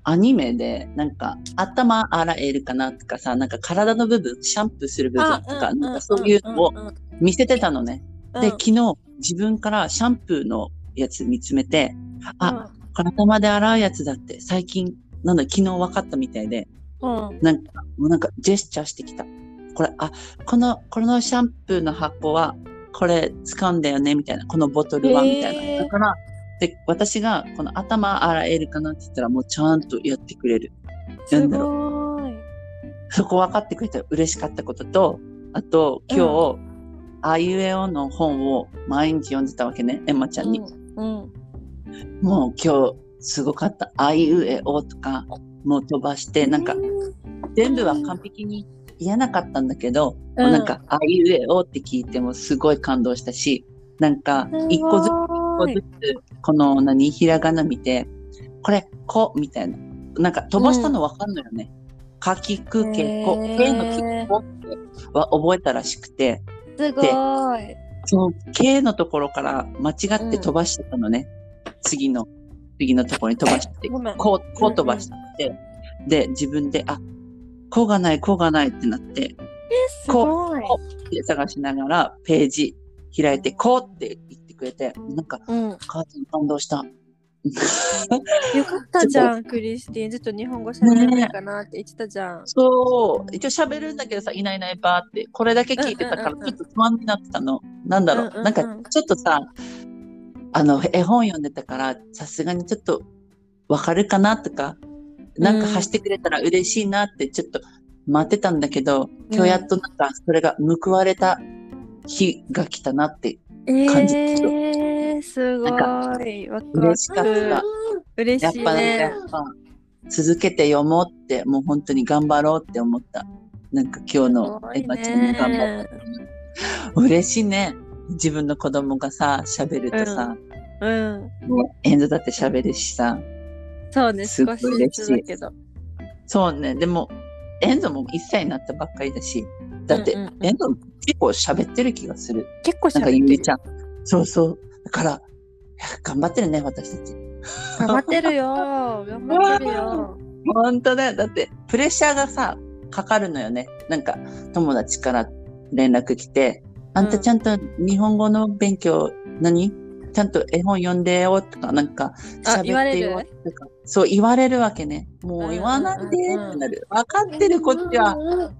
Speaker 2: アニメで、なんか、頭洗えるかなとかさ、なんか体の部分、シャンプーする
Speaker 1: い。
Speaker 2: 部分とか、なんかそういうのを
Speaker 1: うんうん
Speaker 2: 見せてたのね。
Speaker 1: うん
Speaker 2: で、昨日、自分からシャンプーのやつ見つめて、あ、、体まで洗うやつだって、最近、なんだ、昨日分かったみたいで、
Speaker 1: うんうん
Speaker 2: なんか、もうなんかジェスチャーしてきた。これ、あ、この、このシャンプーの箱は、これ使うんだよね、みたいな。このボトルは、
Speaker 1: へー
Speaker 2: みたいな。だから、で、私が、この頭洗えるかなって言ったら、もうちゃんとやってくれる。な
Speaker 1: す
Speaker 2: んだろう。
Speaker 1: ごーい。
Speaker 2: そこ分かってくれたら嬉しかったことと、あと、今日、あいうえおの本を毎日読んでたわけね、エマちゃんに。
Speaker 1: うん。うん
Speaker 2: もう今日、すごかった。あいうえおとか、もう飛ばして、なんか、全部は完璧に言えなかったんだけど、
Speaker 1: うん
Speaker 2: もうなんか、あいうえおって聞いてもすごい感動したし、なんか、一個ずつ、一個ずつ、この何、ひらがな見て、これ、こ、みたいな。なんか、飛ばしたのわかんのよね。かきくけこ、
Speaker 1: へー
Speaker 2: けのきこっては覚えたらしくて、
Speaker 1: すごーい。
Speaker 2: その、けのところから間違って飛ばしてたのね。次の、次のところに飛ばして。
Speaker 1: ごめん。
Speaker 2: こう、こう飛ばしてって、で、自分で、あ、こうがない、こうがないってなって、
Speaker 1: すごい。
Speaker 2: で探しながらページ開いて、こうって言ってくれて、なんか、
Speaker 1: うん。よ
Speaker 2: 母ちゃん感動した。
Speaker 1: かったじゃん、クリスティン。ずっと日本語喋れないかなって言ってたじゃん。
Speaker 2: そう、一応喋るんだけどさ、いないいないばーって、これだけ聞いてたか
Speaker 1: う
Speaker 2: ら、
Speaker 1: んうん
Speaker 2: ち
Speaker 1: うん
Speaker 2: ょっと不安になってたの。なんだろ
Speaker 1: うんうんう
Speaker 2: う、
Speaker 1: ん
Speaker 2: なんか、ちょっとさ、あの、絵本読んでたから、さすがにちょっと、わかるかなとか、なんか
Speaker 1: うん
Speaker 2: 走ってくれたら嬉しいなって、ちょっと待ってたんだけど、今日やっとなんか、それが報われた日が来たなって、感じ
Speaker 1: えー、すごい。わくわ
Speaker 2: 嬉しかっ
Speaker 1: く
Speaker 2: た。。
Speaker 1: 嬉
Speaker 2: やっ
Speaker 1: しい
Speaker 2: ぱなんか
Speaker 1: ね
Speaker 2: や。っぱ続けて読もうってもう本当に頑張ろうって思ったなんか今日のエマちゃんに頑張った嬉しいね自分の子供がさ喋るとさ、
Speaker 1: うん。
Speaker 2: エンドだって喋るしさ
Speaker 1: そうね、
Speaker 2: すっご
Speaker 1: 少
Speaker 2: い
Speaker 1: しずつだけど。
Speaker 2: そうねでもエンドも1歳になったばっかりだしだって、
Speaker 1: うんうんうん
Speaker 2: エンド結構喋ってる気がする
Speaker 1: 結構し
Speaker 2: なんかゆりちゃ
Speaker 1: ん。
Speaker 2: んそうそうだからいや頑張ってるね私たち
Speaker 1: 頑張ってるよ。頑張ってるよ。
Speaker 2: 本当だよ。だって、プレッシャーがさ、かかるのよね。なんか、友達から連絡来て、あんたちゃんと日本語の勉強、何ちゃんと絵本読んでよとか、なんか、
Speaker 1: あ
Speaker 2: 喋って
Speaker 1: 言わ
Speaker 2: よ
Speaker 1: れる
Speaker 2: とか、そう言われるわけね。
Speaker 1: うんうん
Speaker 2: も
Speaker 1: う
Speaker 2: うん言わないでってなる。わかってる、こっちは。なんか、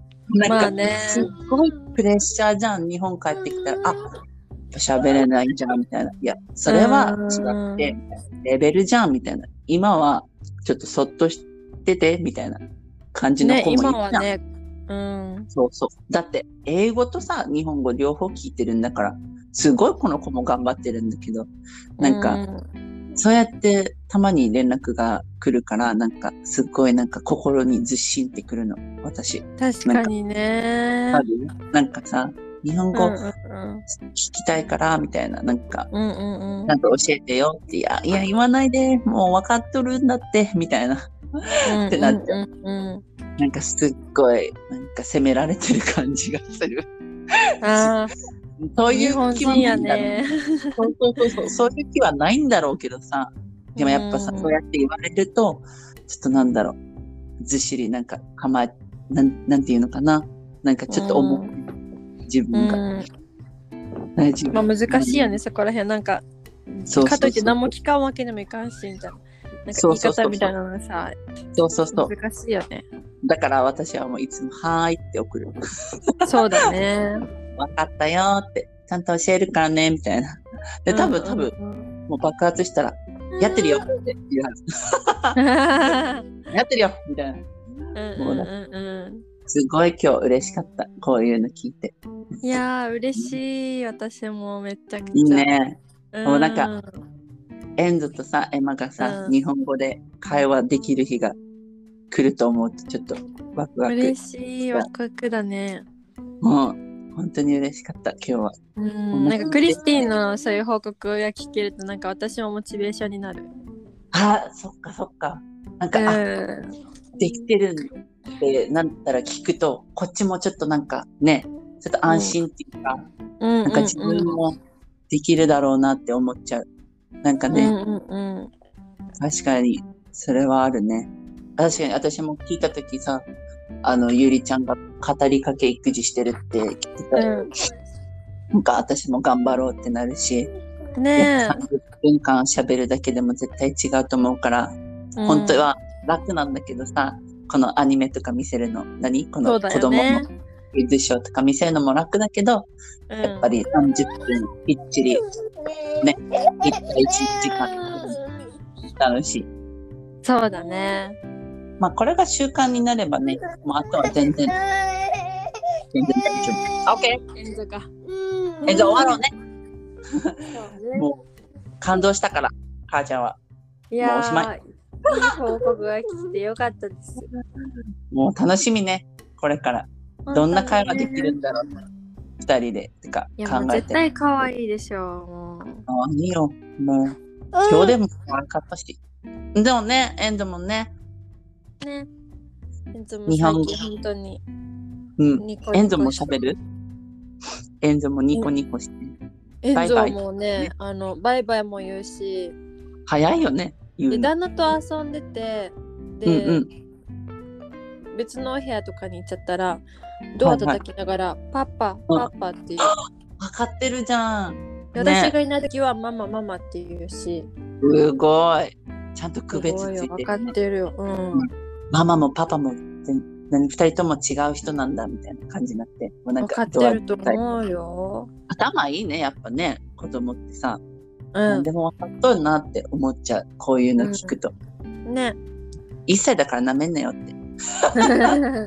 Speaker 1: まあね
Speaker 2: すっごいプレッシャーじゃん。日本帰ってきたら、あ、喋れないじゃん、みたいな。いや、それは違って、レベルじゃん、みたいな。今は、ちょっとそっとしてて、みたいな感じの
Speaker 1: ね、
Speaker 2: 子もいるじ
Speaker 1: 今
Speaker 2: ゃん。
Speaker 1: はね、うん。
Speaker 2: そうそう。だって、英語とさ、日本語両方聞いてるんだから、すごいこの子も頑張ってるんだけど、なんか、
Speaker 1: うん
Speaker 2: そうやってたまに連絡が来るから、なんか、すっごいなんか心にずっしんってくるの、私。
Speaker 1: 確かにね
Speaker 2: あ。るなんかさ、日本
Speaker 1: うん
Speaker 2: 語
Speaker 1: う
Speaker 2: 聞
Speaker 1: ん
Speaker 2: きたいから、みたいな、なんか、
Speaker 1: うんうんうん
Speaker 2: なんか教えてよって、いや、いや、言わないで、もう分かっとるんだって、みたいな。
Speaker 1: うん。
Speaker 2: ってなっちゃ
Speaker 1: うんうん
Speaker 2: なんかすっごい、なんか責められてる感じがする。
Speaker 1: うん。ああ、
Speaker 2: そうい
Speaker 1: 日
Speaker 2: う
Speaker 1: 本
Speaker 2: 気は
Speaker 1: 人
Speaker 2: な
Speaker 1: や
Speaker 2: いんだろう。
Speaker 1: ね。
Speaker 2: そうそうそうそう、そういう気はないんだろうけどさ。でもやっぱさ、
Speaker 1: うん
Speaker 2: そうやって言われると、ちょっとなんだろう。ずっしり、なんか構え、なん、なんていうのかな。なんかちょっと重く、自分が。
Speaker 1: うん
Speaker 2: 大丈
Speaker 1: まあ
Speaker 2: 夫。
Speaker 1: 難しいよね、そこら辺なんか
Speaker 2: そうそうそう
Speaker 1: かといって何も聞かんわけにもいかんしみたいななんか
Speaker 2: そ
Speaker 1: 言
Speaker 2: う
Speaker 1: い
Speaker 2: そうそうそう
Speaker 1: 方みたいなのがさ
Speaker 2: そうそうそう。
Speaker 1: 難しいよね
Speaker 2: だから私はもういつも、はーいって送る。
Speaker 1: そうだね
Speaker 2: わかったよーって。ちゃんと教えるからね、みたいな。で、多分、多分、
Speaker 1: 分
Speaker 2: もう爆発したら、やってるよって言うはず。
Speaker 1: うん
Speaker 2: やってるよみたいな。
Speaker 1: うんうん
Speaker 2: すごい今日嬉しかった。こういうの聞いて。
Speaker 1: うんいやー嬉しい私もめちゃくちゃ
Speaker 2: いいね。
Speaker 1: う
Speaker 2: もうなんかエンゾとさ、エマがさ、
Speaker 1: うん
Speaker 2: 日本語で会話できる日が来ると思うと、ちょっとワクワク。
Speaker 1: 嬉しいワクワクだね
Speaker 2: もう、本当に嬉しかった、今日は。
Speaker 1: うんなんかクリスティのそういう報告が聞けるとなんか私もモチベーションになる
Speaker 2: あ、そっかそっか。なん
Speaker 1: う
Speaker 2: か、あ、
Speaker 1: ん
Speaker 2: できてるってなったら聞くと、こっちもちょっとなんかね、ちょっと安心っていうか、
Speaker 1: うん
Speaker 2: なんか自分もできるだろうなって思っちゃう。なんか
Speaker 1: うん
Speaker 2: ね、
Speaker 1: うんうん
Speaker 2: 確かに、それはあるね。確かに、私も聞いたときさ、あの、ゆりちゃんが語りかけ育児してるって聞いてた
Speaker 1: う
Speaker 2: ら、
Speaker 1: ん
Speaker 2: なんか私も頑張ろうってなるし、
Speaker 1: うんねえ
Speaker 2: 30分間喋るだけでも絶対違うと思うから、本当は楽なんだけどさ、このアニメとか見せるの、何
Speaker 1: そ
Speaker 2: この
Speaker 1: うだ
Speaker 2: 子
Speaker 1: よ
Speaker 2: 供
Speaker 1: ね
Speaker 2: の。クイズショーとか見せるのも楽だけど、
Speaker 1: うん
Speaker 2: やっぱり30分ぴっちり、ね、1対1時間楽しい。
Speaker 1: そうだね。
Speaker 2: まあ、これが習慣になればね、もうあとは全然、全然大丈夫。オッケ
Speaker 1: エンゾか。
Speaker 2: ーえ、じゃあ終わろうね。
Speaker 1: ね
Speaker 2: もう、感動したから、母ちゃんは。
Speaker 1: い
Speaker 2: もう
Speaker 1: や
Speaker 2: おしま
Speaker 1: ー、いい報告が来てよかったです。
Speaker 2: もう楽しみね、これから。 *laughs* どんな会話できるんだろうな。二人で、てか、
Speaker 1: いや、も
Speaker 2: 考
Speaker 1: う
Speaker 2: え
Speaker 1: 絶
Speaker 2: て。あ
Speaker 1: 対可愛いでしょう。も
Speaker 2: あ、いいよ。もう、今日でも可愛かったし。でもね、エンドもね、
Speaker 1: うね。エンゾも
Speaker 2: 日
Speaker 1: 最
Speaker 2: 本語
Speaker 1: 近本当に
Speaker 2: うん。
Speaker 1: ニコニコ
Speaker 2: エンドも喋るエンドもニコニコして。
Speaker 1: エ
Speaker 2: バ
Speaker 1: ン
Speaker 2: イ
Speaker 1: ゾ
Speaker 2: バイ
Speaker 1: もね、あの、バイバイも言うし、
Speaker 2: 早いよね、言う
Speaker 1: で、
Speaker 2: の。
Speaker 1: 旦那と遊んでて、
Speaker 2: うん
Speaker 1: で、
Speaker 2: うん。
Speaker 1: 別のお部屋とかに行っちゃったら、ドア叩きながら、パパ、パパっていう。
Speaker 2: わかってるじゃん。
Speaker 1: で私がいない時は、ママ、ママっていうし。
Speaker 2: すごい。ちゃんと区別
Speaker 1: すごい
Speaker 2: つ
Speaker 1: よ
Speaker 2: いて
Speaker 1: 分
Speaker 2: る
Speaker 1: かってるよ。うん。
Speaker 2: ママもパパも全何二人とも違う人なんだみたいな感じになって、もうなん
Speaker 1: 分か
Speaker 2: か
Speaker 1: ってると
Speaker 2: ドアに
Speaker 1: 思うよ。
Speaker 2: 頭いいね、やっぱね、子供ってさ、
Speaker 1: う
Speaker 2: 何でも分かっとるなって思っちゃう、こういうの聞くと。
Speaker 1: ん。
Speaker 2: *laughs*
Speaker 1: ね。
Speaker 2: 一切だからなめんなよって。だっ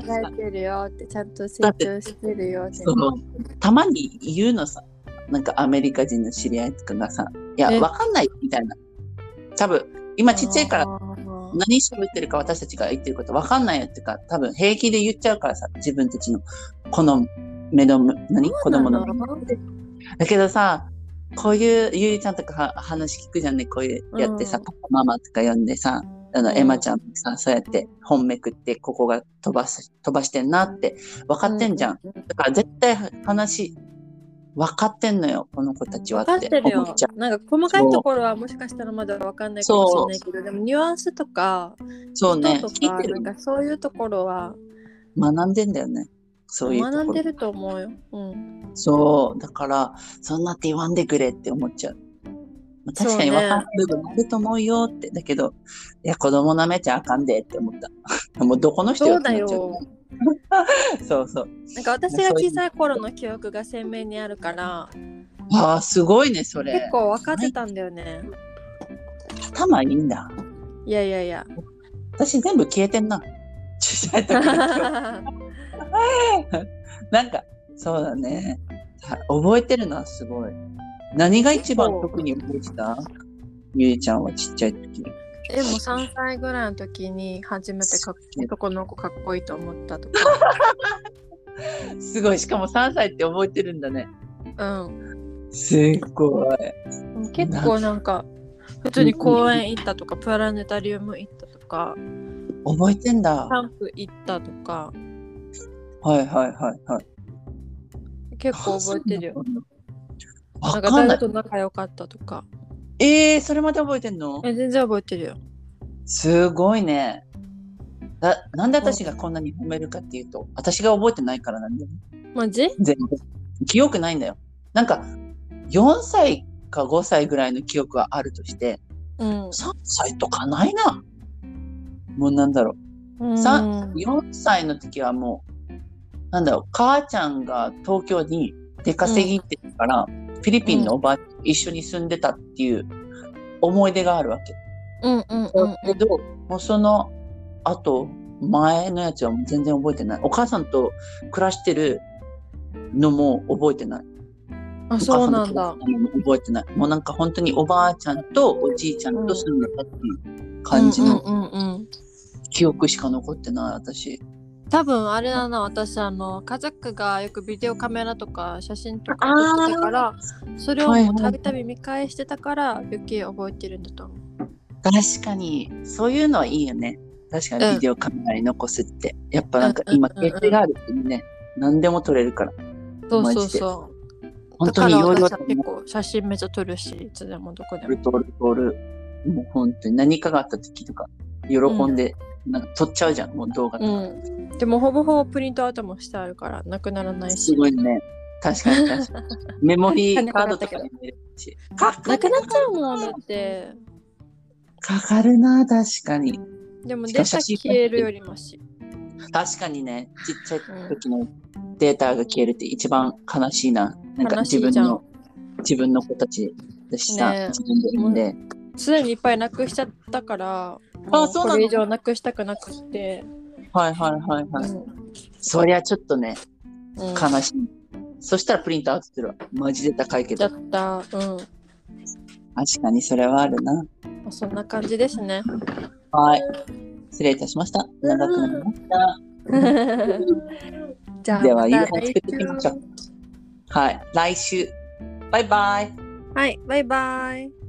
Speaker 2: て
Speaker 1: 考
Speaker 2: さ
Speaker 1: えてるよって、ちゃんと成長してるよって。
Speaker 2: そのたまに言うのさ、なんかアメリカ人の知り合いとかがさ、いや、
Speaker 1: え
Speaker 2: 分かんないみたいな。多分、今ちっちゃいから
Speaker 1: あー
Speaker 2: 何喋ってるか私たちが言ってること分かんないよっていうか、多分平気で言っちゃうからさ、自分たちのこの目の、何子供の。だけどさ、こういうゆりちゃんとかは話聞くじゃんね、こういうやってさ、
Speaker 1: うん
Speaker 2: パパママとか呼んでさ、あの、
Speaker 1: うん
Speaker 2: エマちゃんもさ、そうやって本めくって、ここが飛ばす、飛ばしてんなって分かってんじゃん。。
Speaker 1: う
Speaker 2: だから絶対話、分かってんのよ、この子たちは
Speaker 1: 分かっ
Speaker 2: って
Speaker 1: てる
Speaker 2: 思
Speaker 1: よ
Speaker 2: っちゃ。
Speaker 1: なんか細かいところはもしかしたらまだ分かんないかもしれないけど、でもニュアンスとか、
Speaker 2: う。そうね、
Speaker 1: 人
Speaker 2: 聞
Speaker 1: と
Speaker 2: い
Speaker 1: か、
Speaker 2: て
Speaker 1: なん
Speaker 2: る。
Speaker 1: かそういうところは
Speaker 2: 学んでんだよね。そういうところ。
Speaker 1: 学んでると思うよ。うん。
Speaker 2: そう、だから、そんなって言わんでくれって思っちゃう。まあ確かに
Speaker 1: そうね
Speaker 2: 分かる部分あると思うよって、だけど、いや、子供なめちゃあかんでって思った。 *laughs* もうどこの人
Speaker 1: そう
Speaker 2: って
Speaker 1: だ
Speaker 2: なっちゃ
Speaker 1: よ。
Speaker 2: *laughs* そうそう。
Speaker 1: なんか私が小さい頃の記憶が鮮明にあるから、
Speaker 2: ああ、すごいね、それ
Speaker 1: 結。構分かってたんだよね。
Speaker 2: 頭いいんだ。
Speaker 1: いやいやい *laughs* や。
Speaker 2: 私全部消えてんな。 *laughs* 小さい時の記憶なんか、そうだね。あ覚えてるのはすごい。何が一番特に覚えてたゆいちゃんはちっちゃい時。
Speaker 1: でも3歳ぐらいの時に初めてかっ男の子かっこいいと思ったと
Speaker 2: すごい、しかも3歳って覚えてるんだね。
Speaker 1: か。うん。
Speaker 2: すごい。
Speaker 1: 結構なんか普通に公園行ったとかプラネタリウム行ったとか
Speaker 2: 覚えてんだ。
Speaker 1: キャンプ行ったとか
Speaker 2: はいはいはいはい。
Speaker 1: 結構覚えてるよ。。な
Speaker 2: わ
Speaker 1: んか
Speaker 2: かん
Speaker 1: 誰
Speaker 2: ない。
Speaker 1: と仲良かったとか。
Speaker 2: えー、それまで覚えてんの
Speaker 1: え全然覚えてるよ。
Speaker 2: すごいね。ななんで私がこんなに褒めるかっていうと、私が覚えてないからなんだよね。
Speaker 1: マジ
Speaker 2: 全部。記憶ないんだよ。なんか、4歳か5歳ぐらいの記憶はあるとして、
Speaker 1: うん。
Speaker 2: 3歳とかないな。もうなんだろ
Speaker 1: うん
Speaker 2: さう。4歳の時はもう、なんだろう、母ちゃんが東京に出稼ぎ行ってたから、フィリピンのおばあちゃんと一緒に住んでたっていう思い出があるわけ。
Speaker 1: うんうんうん
Speaker 2: だけど、もうその後、前のやつはもう全然覚えてない。お母さんと暮らしてるのも覚えてない。
Speaker 1: あ、そうなんだ
Speaker 2: お。母さの暮らしてるのも覚えてない。もうなんか本当におばあちゃんとおじいちゃんと住んでたっていう感じの
Speaker 1: うんうんうんうん。
Speaker 2: 記憶しか残ってない、私。
Speaker 1: 多分あれだな、私、あの、家族がよくビデオカメラとか写真とか
Speaker 2: あー
Speaker 1: 撮ってたから、それを
Speaker 2: はい
Speaker 1: も
Speaker 2: は
Speaker 1: うた
Speaker 2: い
Speaker 1: びたび見返してたから、余計覚えてるんだと思う。
Speaker 2: 確かに、そういうのはいいよね。確か
Speaker 1: う
Speaker 2: に
Speaker 1: ん
Speaker 2: ビデオカメラに残すって。やっぱなんか
Speaker 1: うんうんう
Speaker 2: 今、
Speaker 1: んうん
Speaker 2: 携帯があるってね、何でも撮れるから。
Speaker 1: そうそ
Speaker 2: マ
Speaker 1: う
Speaker 2: ジで
Speaker 1: そう。
Speaker 2: 本当にいろいろ
Speaker 1: だから私は結構写真めっちゃ撮るし、いつでもどこで
Speaker 2: ル
Speaker 1: も。
Speaker 2: トルトル。もう本当に何かがあった時とか、喜んで、なんか撮っちゃうじゃん、もう動画とか。
Speaker 1: うん。でもほぼほぼプリントアウトもしてあるから、なくならない
Speaker 2: す
Speaker 1: し。
Speaker 2: ごいね。確かに
Speaker 1: *laughs*
Speaker 2: 確かに。メモリーカードとかに
Speaker 1: 金
Speaker 2: 入れるし。か
Speaker 1: なくなっちゃうもんだって。
Speaker 2: かかるな、確かに。
Speaker 1: でも
Speaker 2: し
Speaker 1: デ
Speaker 2: か
Speaker 1: ー
Speaker 2: し
Speaker 1: タ消えるよりマシ。
Speaker 2: 確かにね、ちっちゃい時のデータが消えるって一番悲しいな。なんか
Speaker 1: 悲し
Speaker 2: 自
Speaker 1: い
Speaker 2: 分
Speaker 1: じゃん
Speaker 2: の、。自分の子たちだしさ、
Speaker 1: ねえ
Speaker 2: 自分で産んで。
Speaker 1: すでにいっぱいなくしちゃったから、
Speaker 2: あ
Speaker 1: も
Speaker 2: そうなの
Speaker 1: これ以上なくしたくなくて。
Speaker 2: はいはいはいはい。
Speaker 1: うん
Speaker 2: そりゃちょっとね、
Speaker 1: うん
Speaker 2: 悲しい。そしたらプリントアウトするわ。マジで高いけ
Speaker 1: ちゃ
Speaker 2: ど。
Speaker 1: った。うん。
Speaker 2: 確かにそれはあるな。
Speaker 1: まあそんな感じですね。
Speaker 2: はい。失礼いたしました。長くなりました。
Speaker 1: *laughs* じゃあ、
Speaker 2: では、夕
Speaker 1: また来
Speaker 2: 飯作
Speaker 1: 週
Speaker 2: っていきましょう。はい。来週。バイバイ。
Speaker 1: はい、バイバイ。